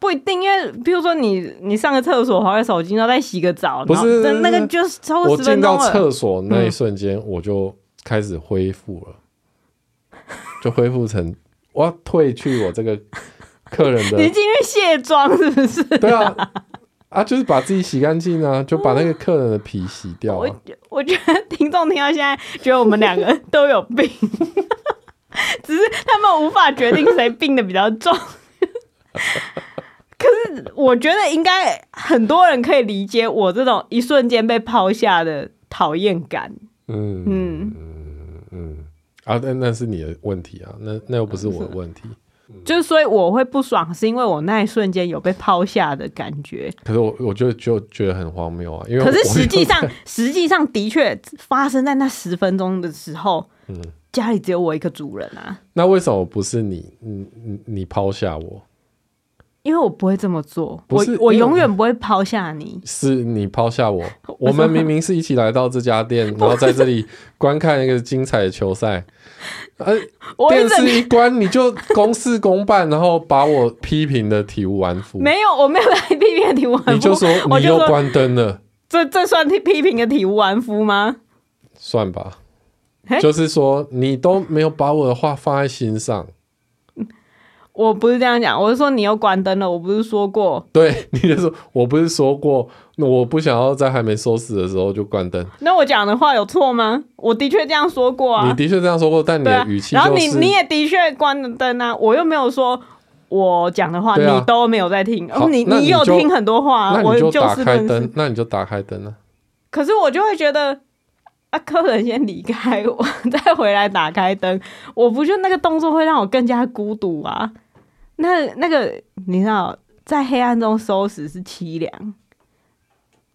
Speaker 2: 不一定，因为比如说你你上个厕所划个手机，然后再洗个澡，
Speaker 1: 不是
Speaker 2: 然后那那个就是超过
Speaker 1: 我
Speaker 2: 十
Speaker 1: 进
Speaker 2: 分
Speaker 1: 到
Speaker 2: 钟了。嗯
Speaker 1: 厕所那一瞬间，我就开始恢复了，就恢复成我要褪去我这个客人
Speaker 2: 你
Speaker 1: 的，
Speaker 2: 进去卸妆是不是？
Speaker 1: 对啊，啊，就是把自己洗干净啊，就把那个客人的皮洗掉
Speaker 2: 我
Speaker 1: 啊。
Speaker 2: 我觉得听众听到现在，觉得我们两 个都有病， 只是他们无法决定谁病的比较 重。可是我觉得应该很多人可以理解我这种一瞬间被抛下的讨厌感。
Speaker 1: 嗯
Speaker 2: 嗯，
Speaker 1: 嗯，啊，那那是你的问题啊，那那又不是我的问题。
Speaker 2: 就是所以我会不爽，是因为我那一瞬间有被抛下的感觉。
Speaker 1: 可是我我就就觉得很荒谬啊，因为
Speaker 2: 可是
Speaker 1: 我
Speaker 2: 实际上，实际上的确发生在那十分钟的时候，
Speaker 1: 嗯
Speaker 2: 家里只有我一个主人啊。
Speaker 1: 那为什么不是你你你你抛下我，
Speaker 2: 因为我不会这么做，
Speaker 1: 不是
Speaker 2: 我我
Speaker 1: 因为
Speaker 2: 永远不会抛 下你。
Speaker 1: 是你抛下 我？我们明明是一起来到这家店，然后在这里观看一个精彩的球赛，呃，
Speaker 2: 我一
Speaker 1: 电
Speaker 2: 整
Speaker 1: 视一关你就公事公办，然后把我批评的体无完肤，
Speaker 2: 没有，我没有来批评的体无完肤。
Speaker 1: 你就说
Speaker 2: 我
Speaker 1: 你
Speaker 2: 就
Speaker 1: 又
Speaker 2: 说
Speaker 1: 关灯了，
Speaker 2: 这这算批评的体无完肤吗？
Speaker 1: 算吧
Speaker 2: 嘿。
Speaker 1: 就是说，你都没有把我的话放在心上，
Speaker 2: 我不是这样讲，我是说你又关灯了。我不是说过，
Speaker 1: 对，你就说，我不是说过，那我不想要在还没收拾的时候就关灯。
Speaker 2: 那我讲的话有错吗？我的确这样说过
Speaker 1: 你
Speaker 2: 啊，
Speaker 1: 的确这样说过，但你
Speaker 2: 对
Speaker 1: 的
Speaker 2: 啊
Speaker 1: 语。气
Speaker 2: 然后
Speaker 1: 就
Speaker 2: 你
Speaker 1: 是
Speaker 2: 你也的确关了灯啊，我又没有说。我讲的话、
Speaker 1: 对啊
Speaker 2: 你都没有在听，
Speaker 1: 好
Speaker 2: 你
Speaker 1: 那你
Speaker 2: 有
Speaker 1: 就
Speaker 2: 听很多话、啊，
Speaker 1: 那
Speaker 2: 我
Speaker 1: 你就
Speaker 2: 就
Speaker 1: 打
Speaker 2: 事
Speaker 1: 开
Speaker 2: 论
Speaker 1: 灯
Speaker 2: 事。，
Speaker 1: 那你就打开灯啊。
Speaker 2: 可是我就会觉得，啊，客人先离开，我 再回来打开灯，我不就那个动作会让我更加孤独啊？那那个你知道，在黑暗中收拾是凄凉，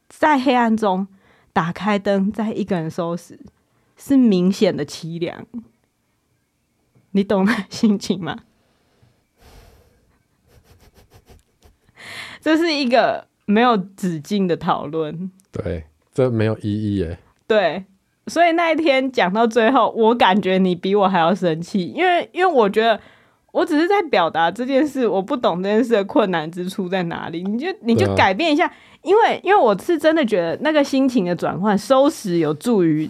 Speaker 2: 在黑暗中打开灯，再一个人收拾是明显的凄凉。你懂那心情吗？ 这是一个没有止境的讨论。
Speaker 1: 对，这没有意义诶。
Speaker 2: 对，所以那一天讲到最后，我感觉你比我还要生气，因为因为我觉得我只是在表达这件事，我不懂这件事的困难之处在哪里，你就你就
Speaker 1: 对啊
Speaker 2: 改变一下，因为因为我是真的觉得那个心情的转换，收拾有助于，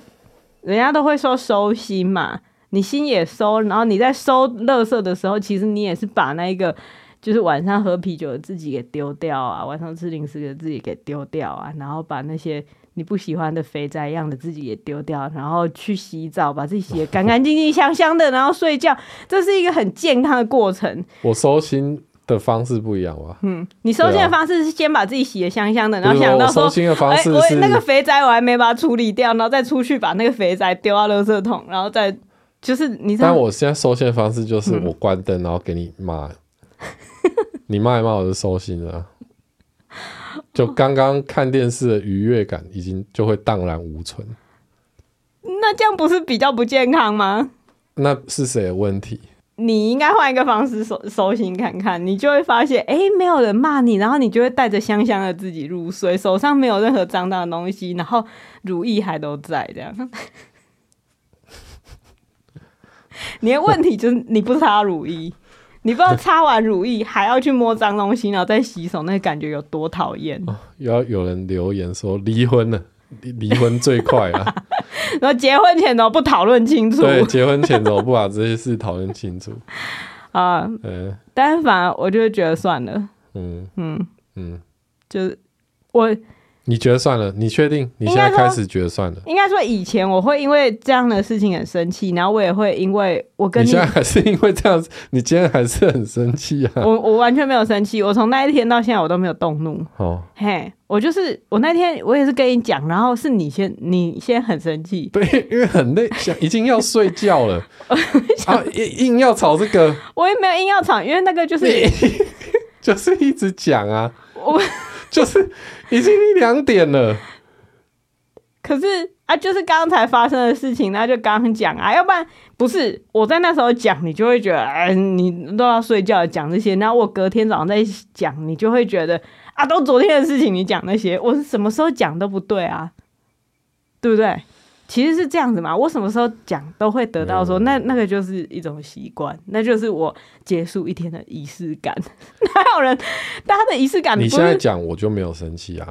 Speaker 2: 人家都会说收心嘛。你心也收，然后你在收垃圾的时候，其实你也是把那一个就是晚上喝啤酒的自己给丢掉啊，晚上吃零食的自己给丢掉啊，然后把那些你不喜欢的肥宅样的自己也丢掉，然后去洗澡，把自己洗得干干净净、香香的，然后睡觉，这是一个很健康的过程。
Speaker 1: 我收心的方式不一样吧？
Speaker 2: 嗯，你收心
Speaker 1: 对
Speaker 2: 的
Speaker 1: 啊
Speaker 2: 方式是先把自己洗得香香的，然后
Speaker 1: 就是
Speaker 2: 想
Speaker 1: 说
Speaker 2: 到
Speaker 1: 我收
Speaker 2: 说。
Speaker 1: 心的方
Speaker 2: 哎、
Speaker 1: 式
Speaker 2: 我
Speaker 1: 是
Speaker 2: 那个肥宅我还没把它处理掉，然后再出去把那个肥宅丢到垃圾桶，然后再就是你知道
Speaker 1: 但我现在收线方式就是
Speaker 2: 嗯
Speaker 1: 我关灯，然后给你 骂，你骂一骂我就收心了啊。就刚刚看电视的愉悦感已经就会荡然无存，
Speaker 2: 那这样不是比较不健康吗？
Speaker 1: 那是谁的问题？
Speaker 2: 你应该换一个方式收收心看看，你就会发现，哎、没有人骂你，然后你就会带着香香的自己入睡，手上没有任何脏脏的东西，然后如意还都在，这样。你的问题就是你不擦乳液，你不知道擦完乳液还要去摸脏东西，然后再洗手，那个感觉有多讨厌。
Speaker 1: 哦又要有人留言说离婚了， 离离婚最快啊！
Speaker 2: 然后结婚前都不讨论清楚
Speaker 1: 对，结婚前怎么不把这些事讨论清楚？
Speaker 2: 啊、
Speaker 1: 嗯
Speaker 2: 但反而我就会觉得算了，
Speaker 1: 嗯嗯嗯，
Speaker 2: 就是我
Speaker 1: 你觉得算了？你确定？你
Speaker 2: 应
Speaker 1: 现在
Speaker 2: 该说
Speaker 1: 开始觉得算了？
Speaker 2: 应该说以前我会因为这样的事情很生气，然后我也会因为我跟
Speaker 1: 你
Speaker 2: 你
Speaker 1: 现在还是因为这样子， 你今天还是很生气啊？
Speaker 2: 我我完全没有生气，我从那一天到现在我都没有动怒。
Speaker 1: 哦，
Speaker 2: 嘿，我就是我那天我也是跟你讲，然后是你先你先很生气，
Speaker 1: 对，因为很累，想已经要睡觉 了，啊，硬硬要吵这个，
Speaker 2: 我也没有硬要吵，因为那个就是
Speaker 1: 你就是一直讲啊，
Speaker 2: 我，
Speaker 1: 就是已经一两点 了，
Speaker 2: 可是啊，就是刚才发生的事情，那就刚讲啊，要不然不是我在那时候讲，你就会觉得哎，你都要睡觉了讲这些，然后我隔天早上再讲，你就会觉得啊，都昨天的事情你讲那些，我是什么时候讲都不对啊。对不对？其实是这样子嘛，我什么时候讲都会得到说，
Speaker 1: 嗯
Speaker 2: 那那个就是一种习惯，那就是我结束一天的仪式感。 哪有人大家的仪式感啊不
Speaker 1: 你现在
Speaker 2: 是？
Speaker 1: 讲我就没有生气啊，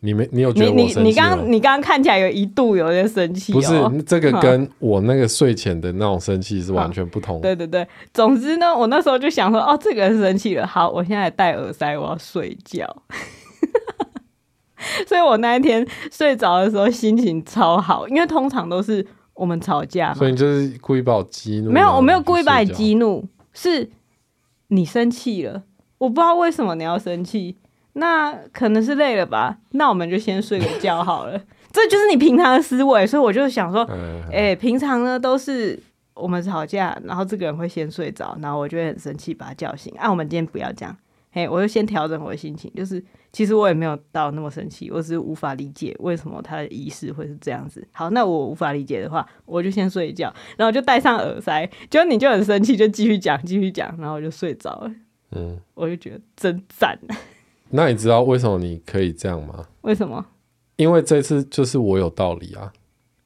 Speaker 1: 你没你有觉
Speaker 2: 你
Speaker 1: 得我
Speaker 2: 你
Speaker 1: 生
Speaker 2: 你
Speaker 1: 气
Speaker 2: 刚
Speaker 1: 吗？
Speaker 2: 刚你刚刚看起来有一度有点生气、哦，
Speaker 1: 不是这个跟我那个睡前的那种生气是完全不同的。
Speaker 2: 对对对，总之呢，我那时候就想说，哦，这个人生气了，好，我现在戴耳塞，我要睡觉。 所以我那一天睡着的时候心情超好，因为通常都是我们吵架嘛
Speaker 1: 所以，你就是故意把我激怒？
Speaker 2: 啊没有，我没有
Speaker 1: 然后
Speaker 2: 故意把你
Speaker 1: 就睡觉
Speaker 2: 激怒，是你生气了，我不知道为什么你要生气，那可能是累了吧，那我们就先睡个觉好了，这就是你平常的思维，所以我就想说，
Speaker 1: 嗯，
Speaker 2: 哎、平常呢都是我们吵架，然后这个人会先睡着，然后我就会很生气把他叫醒。啊，我们今天不要这样，哎、我就先调整我的心情，就是其实我也没有到那么生气，我只是无法理解为什么他的仪式会是这样子。好，那我无法理解的话，我就先睡一觉，然后就戴上耳塞，结果你就很生气，就继续讲，继续讲，然后我就睡着了。
Speaker 1: 嗯，
Speaker 2: 我就觉得真赞，
Speaker 1: 那你知道为什么你可以这样吗？
Speaker 2: 为什么
Speaker 1: 因为这次就是我有道理啊，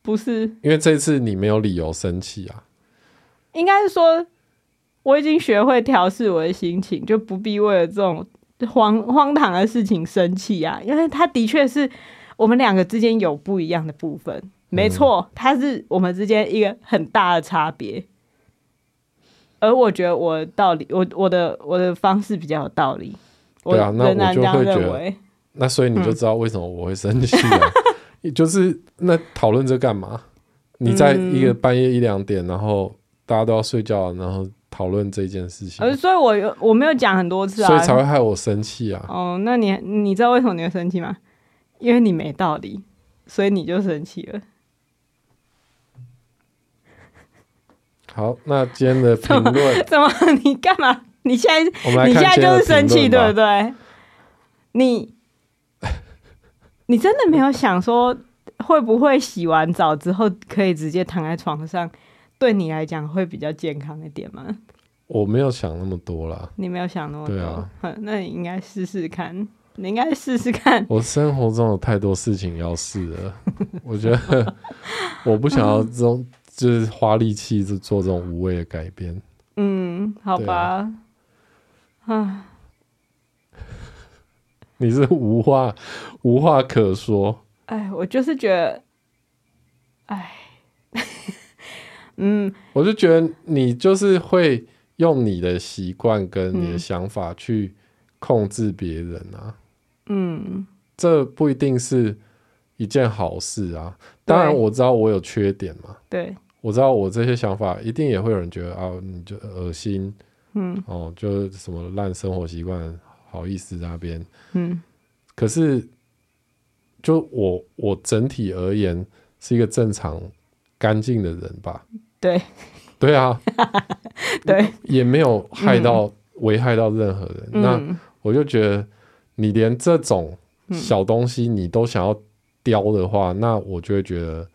Speaker 2: 不是？
Speaker 1: 因为这次你没有理由生气啊。
Speaker 2: 应该是说，我已经学会调试我的心情，就不必为了这种荒荒唐的事情生气啊。因为他的确是我们两个之间有不一样的部分，没
Speaker 1: 嗯
Speaker 2: 错，他是我们之间一个很大的差别。而我觉得我的道理，我我的我的方式比较有道理，我
Speaker 1: 对啊那
Speaker 2: 仍然
Speaker 1: 我就
Speaker 2: 这样
Speaker 1: 会觉得
Speaker 2: 认为。
Speaker 1: 那所以你
Speaker 2: 嗯
Speaker 1: 就知道为什么我会生气了、也 就是那讨论这干嘛？你在一
Speaker 2: 嗯
Speaker 1: 个半夜一两点，然后大家都要睡觉，然后讨论这件事情，
Speaker 2: 而呃所以我有，我没有讲很多哦次啊，
Speaker 1: 所以才会害我生气啊。
Speaker 2: 哦，那你你知道为什么你会生气吗？因为你没道理，所以你就生气了。，
Speaker 1: 好，那今天的评论
Speaker 2: 怎么？ 你干嘛？你现在
Speaker 1: 我们来
Speaker 2: 你现
Speaker 1: 看
Speaker 2: 在
Speaker 1: 今天
Speaker 2: 就
Speaker 1: 的
Speaker 2: 是生气，
Speaker 1: 评
Speaker 2: 对不
Speaker 1: 论吧。
Speaker 2: 对？你你真的没有想说会不会洗完澡之后可以直接躺在床上，对你来讲会比较健康一点吗？
Speaker 1: 我没有想那么多啦，
Speaker 2: 你没有想那么多，
Speaker 1: 对啊
Speaker 2: 哼那你应该试试看，你应该试试看。
Speaker 1: 我生活中有太多事情要试了，我觉得我不想要这种就是花力气就做这种无谓的改变。
Speaker 2: 嗯，好
Speaker 1: 对
Speaker 2: 吧，啊，
Speaker 1: 你是无话无话可说。
Speaker 2: 哎，我就是觉得，哎，嗯，
Speaker 1: 我就觉得你就是会用你的习惯跟你的想法去控制别人啊，
Speaker 2: 嗯，
Speaker 1: 这不一定是一件好事啊。当然
Speaker 2: 对
Speaker 1: 我知道我有缺点嘛，
Speaker 2: 对，
Speaker 1: 我知道我这些想法一定也会有人觉得啊，你就恶心
Speaker 2: 嗯
Speaker 1: 哦，就是什么烂生活习惯，好意思在那边。
Speaker 2: 嗯
Speaker 1: 可是就我我整体而言是一个正常干净的人吧，
Speaker 2: 对
Speaker 1: 对啊，
Speaker 2: 对，
Speaker 1: 也没有害到、危害到任何人。那
Speaker 2: 嗯
Speaker 1: 我就觉得，你连这种小东西你都想要雕的话，那我就会觉得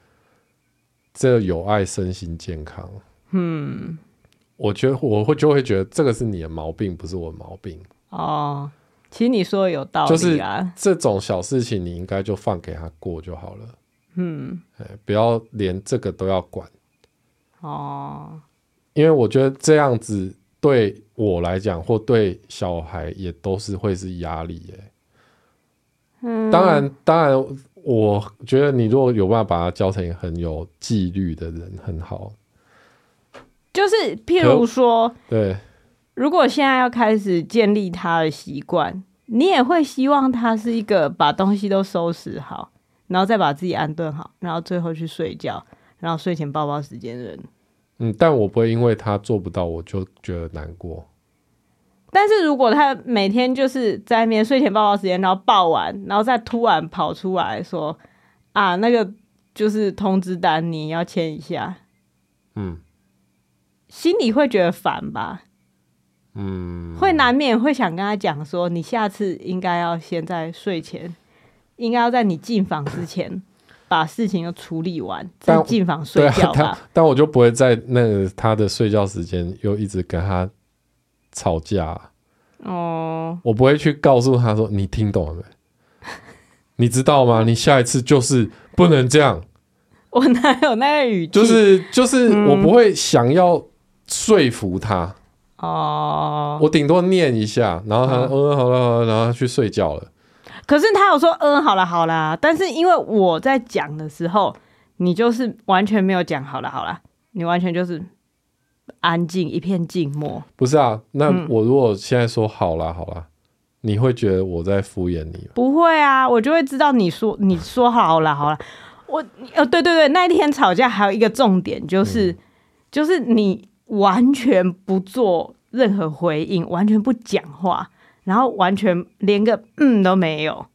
Speaker 1: 这有碍身心健康。
Speaker 2: 嗯
Speaker 1: 我觉得我会就会觉得这个是你的毛病，不是我的毛病。
Speaker 2: 哦，其实你说的有道
Speaker 1: 就是
Speaker 2: 理啊，
Speaker 1: 这种小事情你应该就放给他过就好了，
Speaker 2: 嗯
Speaker 1: 哎，不要连这个都要管，
Speaker 2: 哦，
Speaker 1: 因为我觉得这样子对我来讲，或对小孩也都是会是压力耶、
Speaker 2: 嗯，
Speaker 1: 当然，当然，我觉得你如果有办法把他教成一个很有纪律的人，很好。
Speaker 2: 就是譬如说，
Speaker 1: 对，
Speaker 2: 如果现在要开始建立他的习惯，你也会希望他是一个把东西都收拾好，然后再把自己安顿好，然后最后去睡觉，然后睡前抱抱时间的人。
Speaker 1: 嗯，但我不会因为他做不到，我就觉得难过。
Speaker 2: 但是如果他每天就是在那边睡前抱抱时间，然后抱完，然后再突然跑出来说啊，那个就是通知单你要签一下，
Speaker 1: 嗯
Speaker 2: 心里会觉得烦吧？
Speaker 1: 嗯，
Speaker 2: 会难免会想跟他讲说，你下次应该要先在睡前，应该要在你进房之前把事情都处理完，再
Speaker 1: 但
Speaker 2: 进房睡
Speaker 1: 对
Speaker 2: 觉
Speaker 1: 啊，他。
Speaker 2: 吧
Speaker 1: 但我就不会在那个他的睡觉时间又一直跟他吵架，
Speaker 2: 哦，
Speaker 1: 我不会去告诉他 说你听懂了没？你知道吗？你下一次就是不能这样，
Speaker 2: 我哪有那个语气？
Speaker 1: 就是就是
Speaker 2: 嗯
Speaker 1: 我不会想要说服他，
Speaker 2: 哦，
Speaker 1: 我顶多念一下，然后他说嗯好了好了，然后他去睡觉了。
Speaker 2: 可是他有说嗯，好了好啦，但是因为我在讲的时候，你就是完全没有讲好了好啦，你完全就是安静一片静默。
Speaker 1: 不是啊，那
Speaker 2: 嗯
Speaker 1: 我如果现在说好啦好啦，你会觉得我在敷衍你吗？
Speaker 2: 不会啊，我就会知道你说你说好了好了。我呃，对对对，那一天吵架还有一个重点就是，
Speaker 1: 嗯
Speaker 2: 就是你完全不做任何回应，完全不讲话，然后完全连个嗯都没有。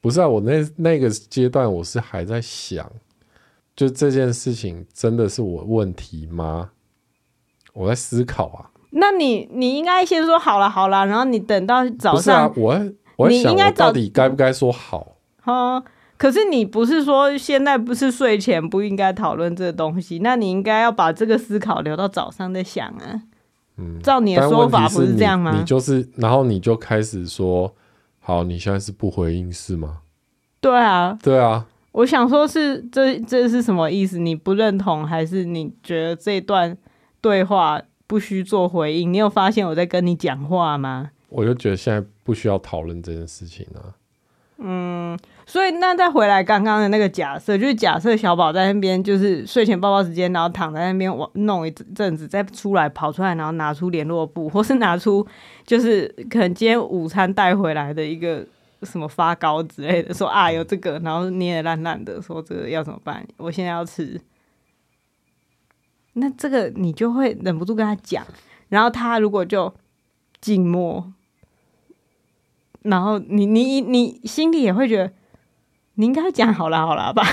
Speaker 1: 不是啊，我那那个阶段我是还在想，就这件事情真的是我问题吗？我在思考啊，
Speaker 2: 那你你应该先说好了好了，然后你等到早
Speaker 1: 不是啊
Speaker 2: 上，，
Speaker 1: 我在我在
Speaker 2: 你
Speaker 1: 想
Speaker 2: 应该
Speaker 1: 我
Speaker 2: 早
Speaker 1: 到底该不该说好？
Speaker 2: 哦、可是你不是说现在不是睡前不应该讨论这个东西？那你应该要把这个思考留到早上再想啊。
Speaker 1: 嗯，
Speaker 2: 照你的
Speaker 1: 但
Speaker 2: 说
Speaker 1: 问
Speaker 2: 法
Speaker 1: 题
Speaker 2: 不
Speaker 1: 是你
Speaker 2: 这样吗？
Speaker 1: 你就是，然后你就开始说，好，你现在是不回应是吗？
Speaker 2: 对啊，
Speaker 1: 对啊，
Speaker 2: 我想说是这这是什么意思？你不认同，还是你觉得这段对话不需做回应？你有发现我在跟你讲话吗？
Speaker 1: 我就觉得现在不需要讨论这件事情啊。
Speaker 2: 所以那再回来刚刚的那个假设，就是假设小宝在那边就是睡前抱抱时间，然后躺在那边玩弄一阵子，再出来跑出来，然后拿出联络簿，或是拿出就是可能今天午餐带回来的一个什么发糕之类的，说啊有这个，然后捏的烂烂的，说这个要怎么办？我现在要吃。那这个你就会忍不住跟他讲，然后他如果就静默，然后你你你心里也会觉得。你应该讲好啦好啦 吧？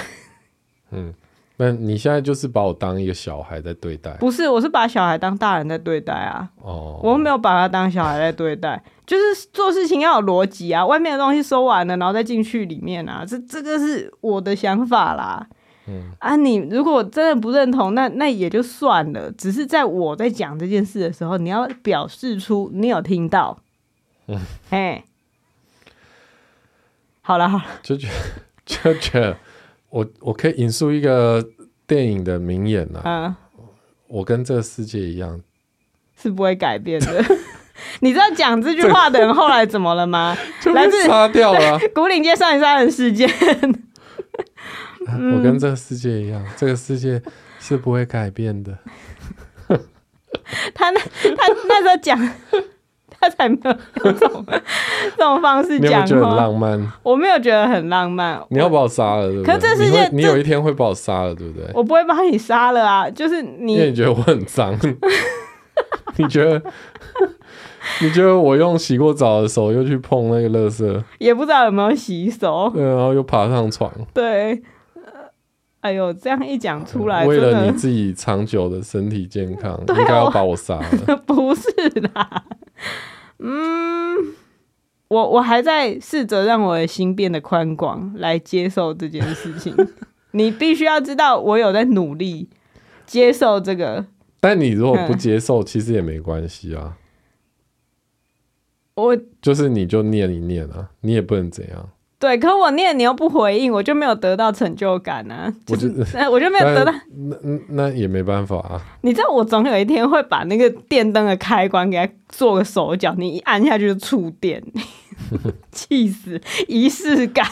Speaker 1: 那你现在就是把我当一个小孩在对待
Speaker 2: 不是，我是把小孩当大人在对待啊，
Speaker 1: 哦，
Speaker 2: 我没有把他当小孩在对待，就是做事情要有逻辑啊。外面的东西收完了，然后再进去里面啊，这这个是我的想法啦。嗯啊，你如果真的不认同，那那也就算了。只是在我在讲这件事的时候，你要表示出你有听到。嗯，哎，好了好了，
Speaker 1: 就觉就觉得我我可以引述一个电影的名言啊，
Speaker 2: 嗯。
Speaker 1: 我跟这个世界一 样，
Speaker 2: 是不会改变的。 你知道讲这句话的人后来怎么了吗？
Speaker 1: 就
Speaker 2: 来
Speaker 1: 被
Speaker 2: 自
Speaker 1: 杀掉 了啊、
Speaker 2: 古岭街少年杀人事件，嗯
Speaker 1: 我跟这个世界一样，这个世界是不会改变的。
Speaker 2: 他那他那时候讲，他才没有用这种这种方式
Speaker 1: 你有没有
Speaker 2: 讲
Speaker 1: 觉得很
Speaker 2: 话。
Speaker 1: 浪漫？
Speaker 2: 我没有觉得很浪漫，
Speaker 1: 你要把我杀了，对不对？
Speaker 2: 可这世
Speaker 1: 你
Speaker 2: 界
Speaker 1: 会你
Speaker 2: 这
Speaker 1: 有一天会把我杀了，对不对？
Speaker 2: 我不会把你杀了啊！就是
Speaker 1: 因为
Speaker 2: 你
Speaker 1: 你觉得我很脏， 你觉得你觉得我用洗过澡的手又去碰那个垃圾，
Speaker 2: 也不知道有没有洗手，
Speaker 1: 对，然后又爬上床，
Speaker 2: 对。呃哎呦，这样一讲出来，
Speaker 1: 为
Speaker 2: 真
Speaker 1: 了你
Speaker 2: 的
Speaker 1: 自己长久的身体健康，
Speaker 2: 对啊
Speaker 1: 应该要
Speaker 2: 我
Speaker 1: 把我杀了。
Speaker 2: 不是啦。嗯，我我还在试着让我的心变得宽广，来接受这件事情。你必须要知道，我有在努力接受这个。
Speaker 1: 但你如果不
Speaker 2: 嗯
Speaker 1: 接受，其实也没关系啊，
Speaker 2: 我
Speaker 1: 就是你就念一念啊，你也不能怎样。
Speaker 2: 对，可我念你又不回应，我就没有得到成就感啊！
Speaker 1: 我
Speaker 2: 就是
Speaker 1: 觉得，
Speaker 2: 呃我就没有得到。
Speaker 1: 那那那也没办法啊，
Speaker 2: 你知道，我总有一天会把那个电灯的开关给它做个手脚，你一按下去就触电，气死！仪式感。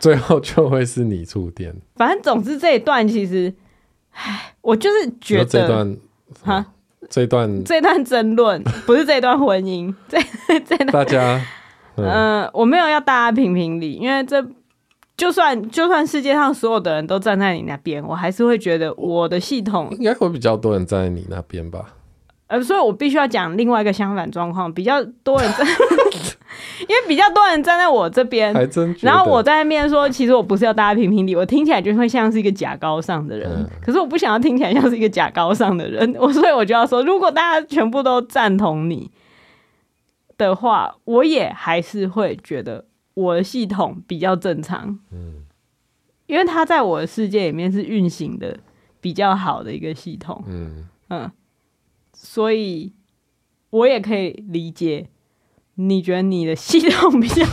Speaker 1: 最后就会是你触电。
Speaker 2: 反正总之这一段其实，唉，我就是觉
Speaker 1: 那这
Speaker 2: 得
Speaker 1: 段
Speaker 2: 哈，
Speaker 1: 这段
Speaker 2: 这段 争论不是这段婚姻，这这 段
Speaker 1: 大家，嗯，
Speaker 2: 嗯、我没有要大家评评理，因为这就算就算世界上所有的人都站在你那边，我还是会觉得我的系统，
Speaker 1: 应该会比较多人站在你那边吧？
Speaker 2: 呃，所以我必须要讲另外一个相反状况，比较多人站， 因为比较多人站在我这边，
Speaker 1: 还真觉得。
Speaker 2: 嗯然后我在那边说，其实我不是要大家评评理，我听起来就会像是一个假高尚的人，
Speaker 1: 嗯
Speaker 2: 可是我不想要听起来像是一个假高尚的人， 我所以我就要说，如果大家全部都赞同你的话，我也还是会觉得我的系统比较正常，嗯，因为它在我的世界里面是运行的比较好的一个系统，
Speaker 1: 嗯，
Speaker 2: 嗯，所以我也可以理解，你觉得你的系统比较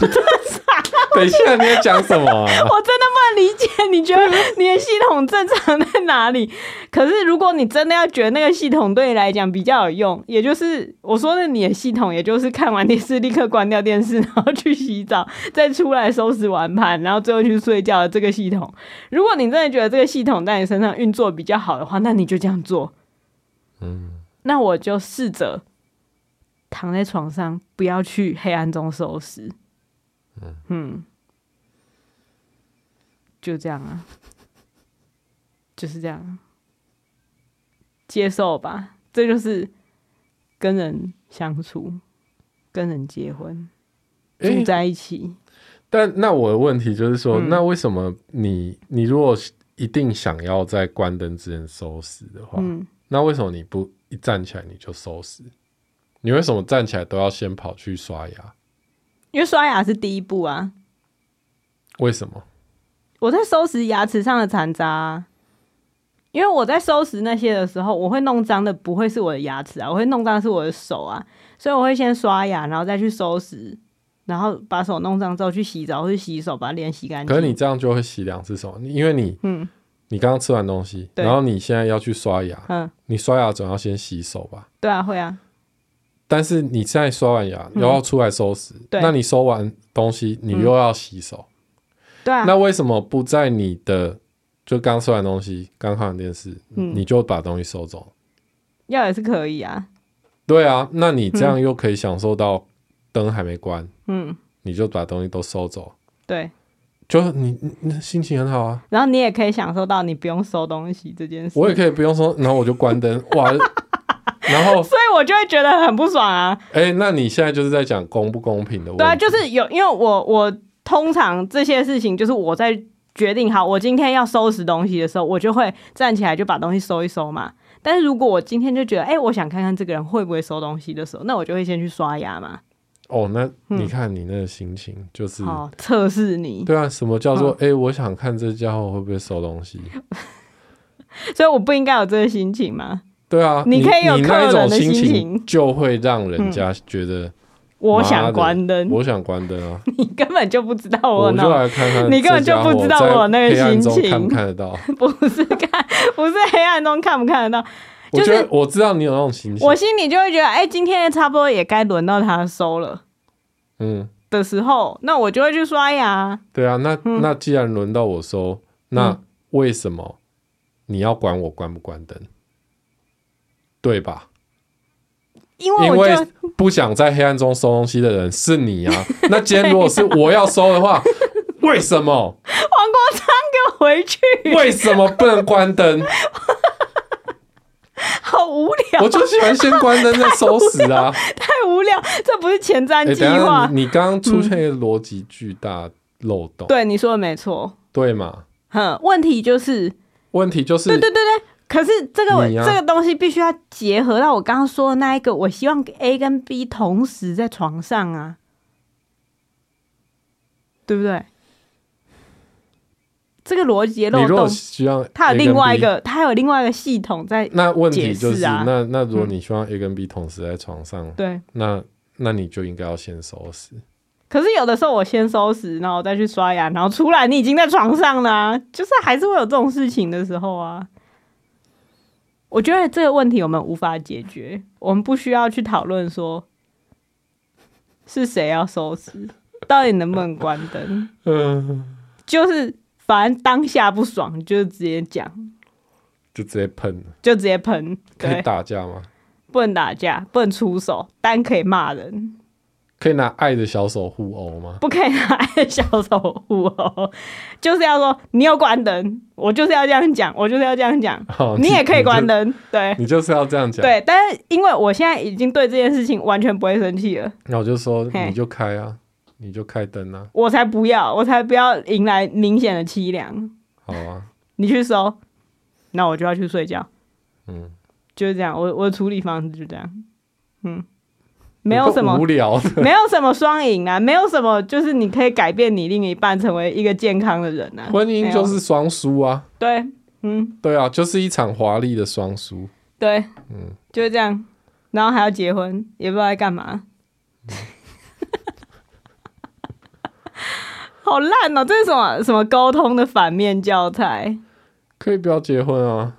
Speaker 1: 等一下你在讲什么啊？
Speaker 2: 我真的不能理解你觉得你的系统正常在哪里。 可是如果你真的要觉得那个系统对你来讲比较有用，也就是我说的你的系统，也就是看完电视立刻关掉电视，然后去洗澡， 再出来收拾碗盘，然后最后去睡觉的这个系统。如果你真的觉得这个系统在你身上运作比较好的话，那你就这样做。
Speaker 1: 嗯，
Speaker 2: 那我就试着躺在床上，不要去黑暗中收拾。嗯就这样啊，就是这样啊，接受吧。这就是跟人相处，跟人结婚，
Speaker 1: 诶
Speaker 2: 住在一起。
Speaker 1: 但那我的问题就是说，
Speaker 2: 嗯
Speaker 1: 那为什么你你如果一定想要在关灯之前收拾的话，
Speaker 2: 嗯，
Speaker 1: 那为什么你不一站起来你就收拾？你为什么站起来都要先跑去刷牙？
Speaker 2: 因为刷牙是第一步啊。
Speaker 1: 为什么？
Speaker 2: 我在收拾牙齿上的残渣、啊，因为我在收拾那些的时候，我会弄脏的不会是我的牙齿啊，我会弄脏的是我的手啊，所以我会先刷牙，然后再去收拾，然后把手弄脏之后去洗澡或去洗手，把脸洗干净。
Speaker 1: 可是你这样就会洗两次手，你因为你
Speaker 2: 嗯
Speaker 1: 你刚刚吃完东西，
Speaker 2: 对
Speaker 1: 然后你现在要去刷牙，
Speaker 2: 嗯，
Speaker 1: 你刷牙总要先洗手吧？
Speaker 2: 对啊，会啊，
Speaker 1: 但是你现在刷完牙，然后出来收拾，
Speaker 2: 嗯对
Speaker 1: 那你收完东西，你又要洗手，
Speaker 2: 对啊，
Speaker 1: 那为什么不在你的就刚吃完东西、刚看完电视，
Speaker 2: 嗯
Speaker 1: 你就把东西收走？
Speaker 2: 要也是可以啊，
Speaker 1: 对啊，那你这样又可以享受到灯还没关，
Speaker 2: 嗯，
Speaker 1: 你就把东西都收走，
Speaker 2: 对，
Speaker 1: 就是你你你心情很好啊。
Speaker 2: 然后你也可以享受到你不用收东西这件事，
Speaker 1: 我也可以不用说，然后我就关 灯，哇！然后
Speaker 2: 所以我就会觉得很不爽啊，
Speaker 1: 哎、那你现在就是在讲公不公平的问题？
Speaker 2: 对啊，就是有，因为我我通常这些事情就是我在决定好我今天要收拾东西的时候，我就会站起来就把东西收一收嘛。但是如果我今天就觉得，哎、我想看看这个人会不会收东西的时候，那我就会先去刷牙嘛，
Speaker 1: 哦，那你看你那个心情就是。
Speaker 2: 嗯好测试你。
Speaker 1: 对啊，什么叫做
Speaker 2: 嗯
Speaker 1: 哎、我想看这家伙会不会收东西？
Speaker 2: 所以我不应该有这个心情吗？
Speaker 1: 对啊，
Speaker 2: 你
Speaker 1: 你
Speaker 2: 可以有
Speaker 1: 你
Speaker 2: 客
Speaker 1: 那一
Speaker 2: 人
Speaker 1: 种
Speaker 2: 的
Speaker 1: 心
Speaker 2: 心
Speaker 1: 情
Speaker 2: 情嗯
Speaker 1: 就会让人家觉得
Speaker 2: 我
Speaker 1: 妈
Speaker 2: 想
Speaker 1: 的
Speaker 2: 关灯，
Speaker 1: 我想关灯啊，
Speaker 2: 你根本就不知道哦我
Speaker 1: 我
Speaker 2: 呢
Speaker 1: 就，来看看
Speaker 2: 你根本
Speaker 1: 这家
Speaker 2: 就不
Speaker 1: 伙
Speaker 2: 知道
Speaker 1: 在
Speaker 2: 我那个
Speaker 1: 黑暗
Speaker 2: 心
Speaker 1: 中
Speaker 2: 情
Speaker 1: 看不看得 到？
Speaker 2: 不是看，不是黑暗中看不看得到，
Speaker 1: 我
Speaker 2: 就是
Speaker 1: 觉得我知道你有那种心情
Speaker 2: 我，心里就会觉得，哎、今天差不多也该轮到他收了。
Speaker 1: 嗯，
Speaker 2: 的时候，那我就会去刷牙。
Speaker 1: 对啊，那那既然轮到我收，那
Speaker 2: 嗯
Speaker 1: 为什么你要管我关不关灯？对吧？
Speaker 2: 因为
Speaker 1: 因
Speaker 2: 我
Speaker 1: 为
Speaker 2: 就
Speaker 1: 不想在黑暗中收东西的人是你啊。那今天如果是我要收的 话，为什么？
Speaker 2: 要回去，
Speaker 1: 为什么不能关灯？
Speaker 2: 好无聊，
Speaker 1: 我就喜欢先关灯再收拾啊！
Speaker 2: 太无聊，这不是前瞻
Speaker 1: 哎，
Speaker 2: 计
Speaker 1: 等一下
Speaker 2: 划。
Speaker 1: 你你刚刚出现一个逻辑巨大漏洞，
Speaker 2: 对，你说的没错。
Speaker 1: 对嘛？
Speaker 2: 哼，问题就是，
Speaker 1: 问题就是
Speaker 2: 对对对对。可是这个、
Speaker 1: 你啊
Speaker 2: 这个东西必须要结合到我刚刚说的那一个，我希望 A 跟 B 同时在床上啊，对不对？这个逻辑的
Speaker 1: 你
Speaker 2: 漏
Speaker 1: 如果
Speaker 2: 洞，
Speaker 1: 希望 A
Speaker 2: 它有
Speaker 1: 跟
Speaker 2: 另外一
Speaker 1: B，
Speaker 2: 个，它有另外一个系统在
Speaker 1: 那问题就是，
Speaker 2: 解释啊
Speaker 1: 那那如果你希望 A 跟 B 同时在床上，
Speaker 2: 对。
Speaker 1: 那那你就应该要先收拾。
Speaker 2: 可是有的时候我先收拾，然后我再去刷牙，然后出来你已经在床上了啊、就是还是会有这种事情的时候啊。我觉得这个问题我们无法解决，我们不需要去讨论说是谁要收拾，到底能不能关灯，
Speaker 1: 嗯，
Speaker 2: 就是反正当下不爽你就直接讲，
Speaker 1: 就直接喷了，
Speaker 2: 就直接喷，
Speaker 1: 可以
Speaker 2: 对，
Speaker 1: 打架吗？
Speaker 2: 不能打架，不能出手，但可以骂人。
Speaker 1: 可以拿爱的小手互殴吗？
Speaker 2: 不可以拿爱的小手互殴，就是要说你有关灯，我就是要这样讲， 我就是要这样讲，
Speaker 1: 哦
Speaker 2: 你也可以关
Speaker 1: 的，
Speaker 2: 灯，对
Speaker 1: 你就是要这样讲。
Speaker 2: 对，但是因为我现在已经对这件事情完全不会生气了，
Speaker 1: 那我就说
Speaker 2: 嘿
Speaker 1: 你就开啊，你就开灯啊，
Speaker 2: 我才不要，我才不要迎来明显的凄凉，
Speaker 1: 好啊，
Speaker 2: 你去收，那我就要去睡觉，
Speaker 1: 嗯，
Speaker 2: 就是这样，我我的处理方式就这样，嗯，没有
Speaker 1: 你都
Speaker 2: 什么
Speaker 1: 无 聊的，
Speaker 2: 没有什么双赢啊，没有什么就是你可以改变你另一半成为一个健康的人啊，
Speaker 1: 婚姻就
Speaker 2: 没有
Speaker 1: 是双输啊，
Speaker 2: 对，嗯。
Speaker 1: 对啊，就是一场华丽的双输。
Speaker 2: 对，
Speaker 1: 嗯
Speaker 2: 就是这样，然后还要结婚，
Speaker 1: 嗯
Speaker 2: 也不知道在干嘛，好 好烂哦、这是什么什么沟通的反面教材？
Speaker 1: 可以不要结婚啊？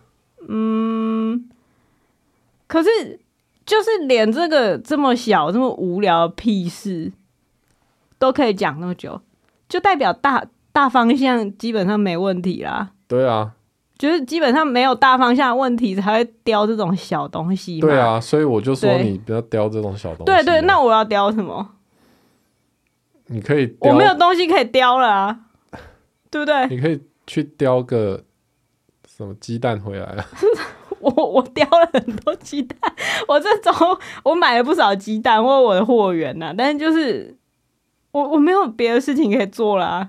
Speaker 2: 可是就是连这个这么小、这么无聊的屁事都可以讲那么久，就代表大大方向基本上没问题啦。
Speaker 1: 对啊，
Speaker 2: 就是基本上没有大方向的问题才会雕这种小东西嘛。
Speaker 1: 对啊，所以我就说
Speaker 2: 对
Speaker 1: 你不要雕这种小东西啊、
Speaker 2: 对对，那我要雕什么？
Speaker 1: 你可以
Speaker 2: 我
Speaker 1: 雕，
Speaker 2: 没有东西可以雕了啊， 对不对？
Speaker 1: 你可以去雕个什么鸡蛋回来啊？
Speaker 2: 我我雕了很多鸡蛋，我这周我买了不少鸡蛋，或我的货源呐、但是就是我我没有别的事情可以做啊啦、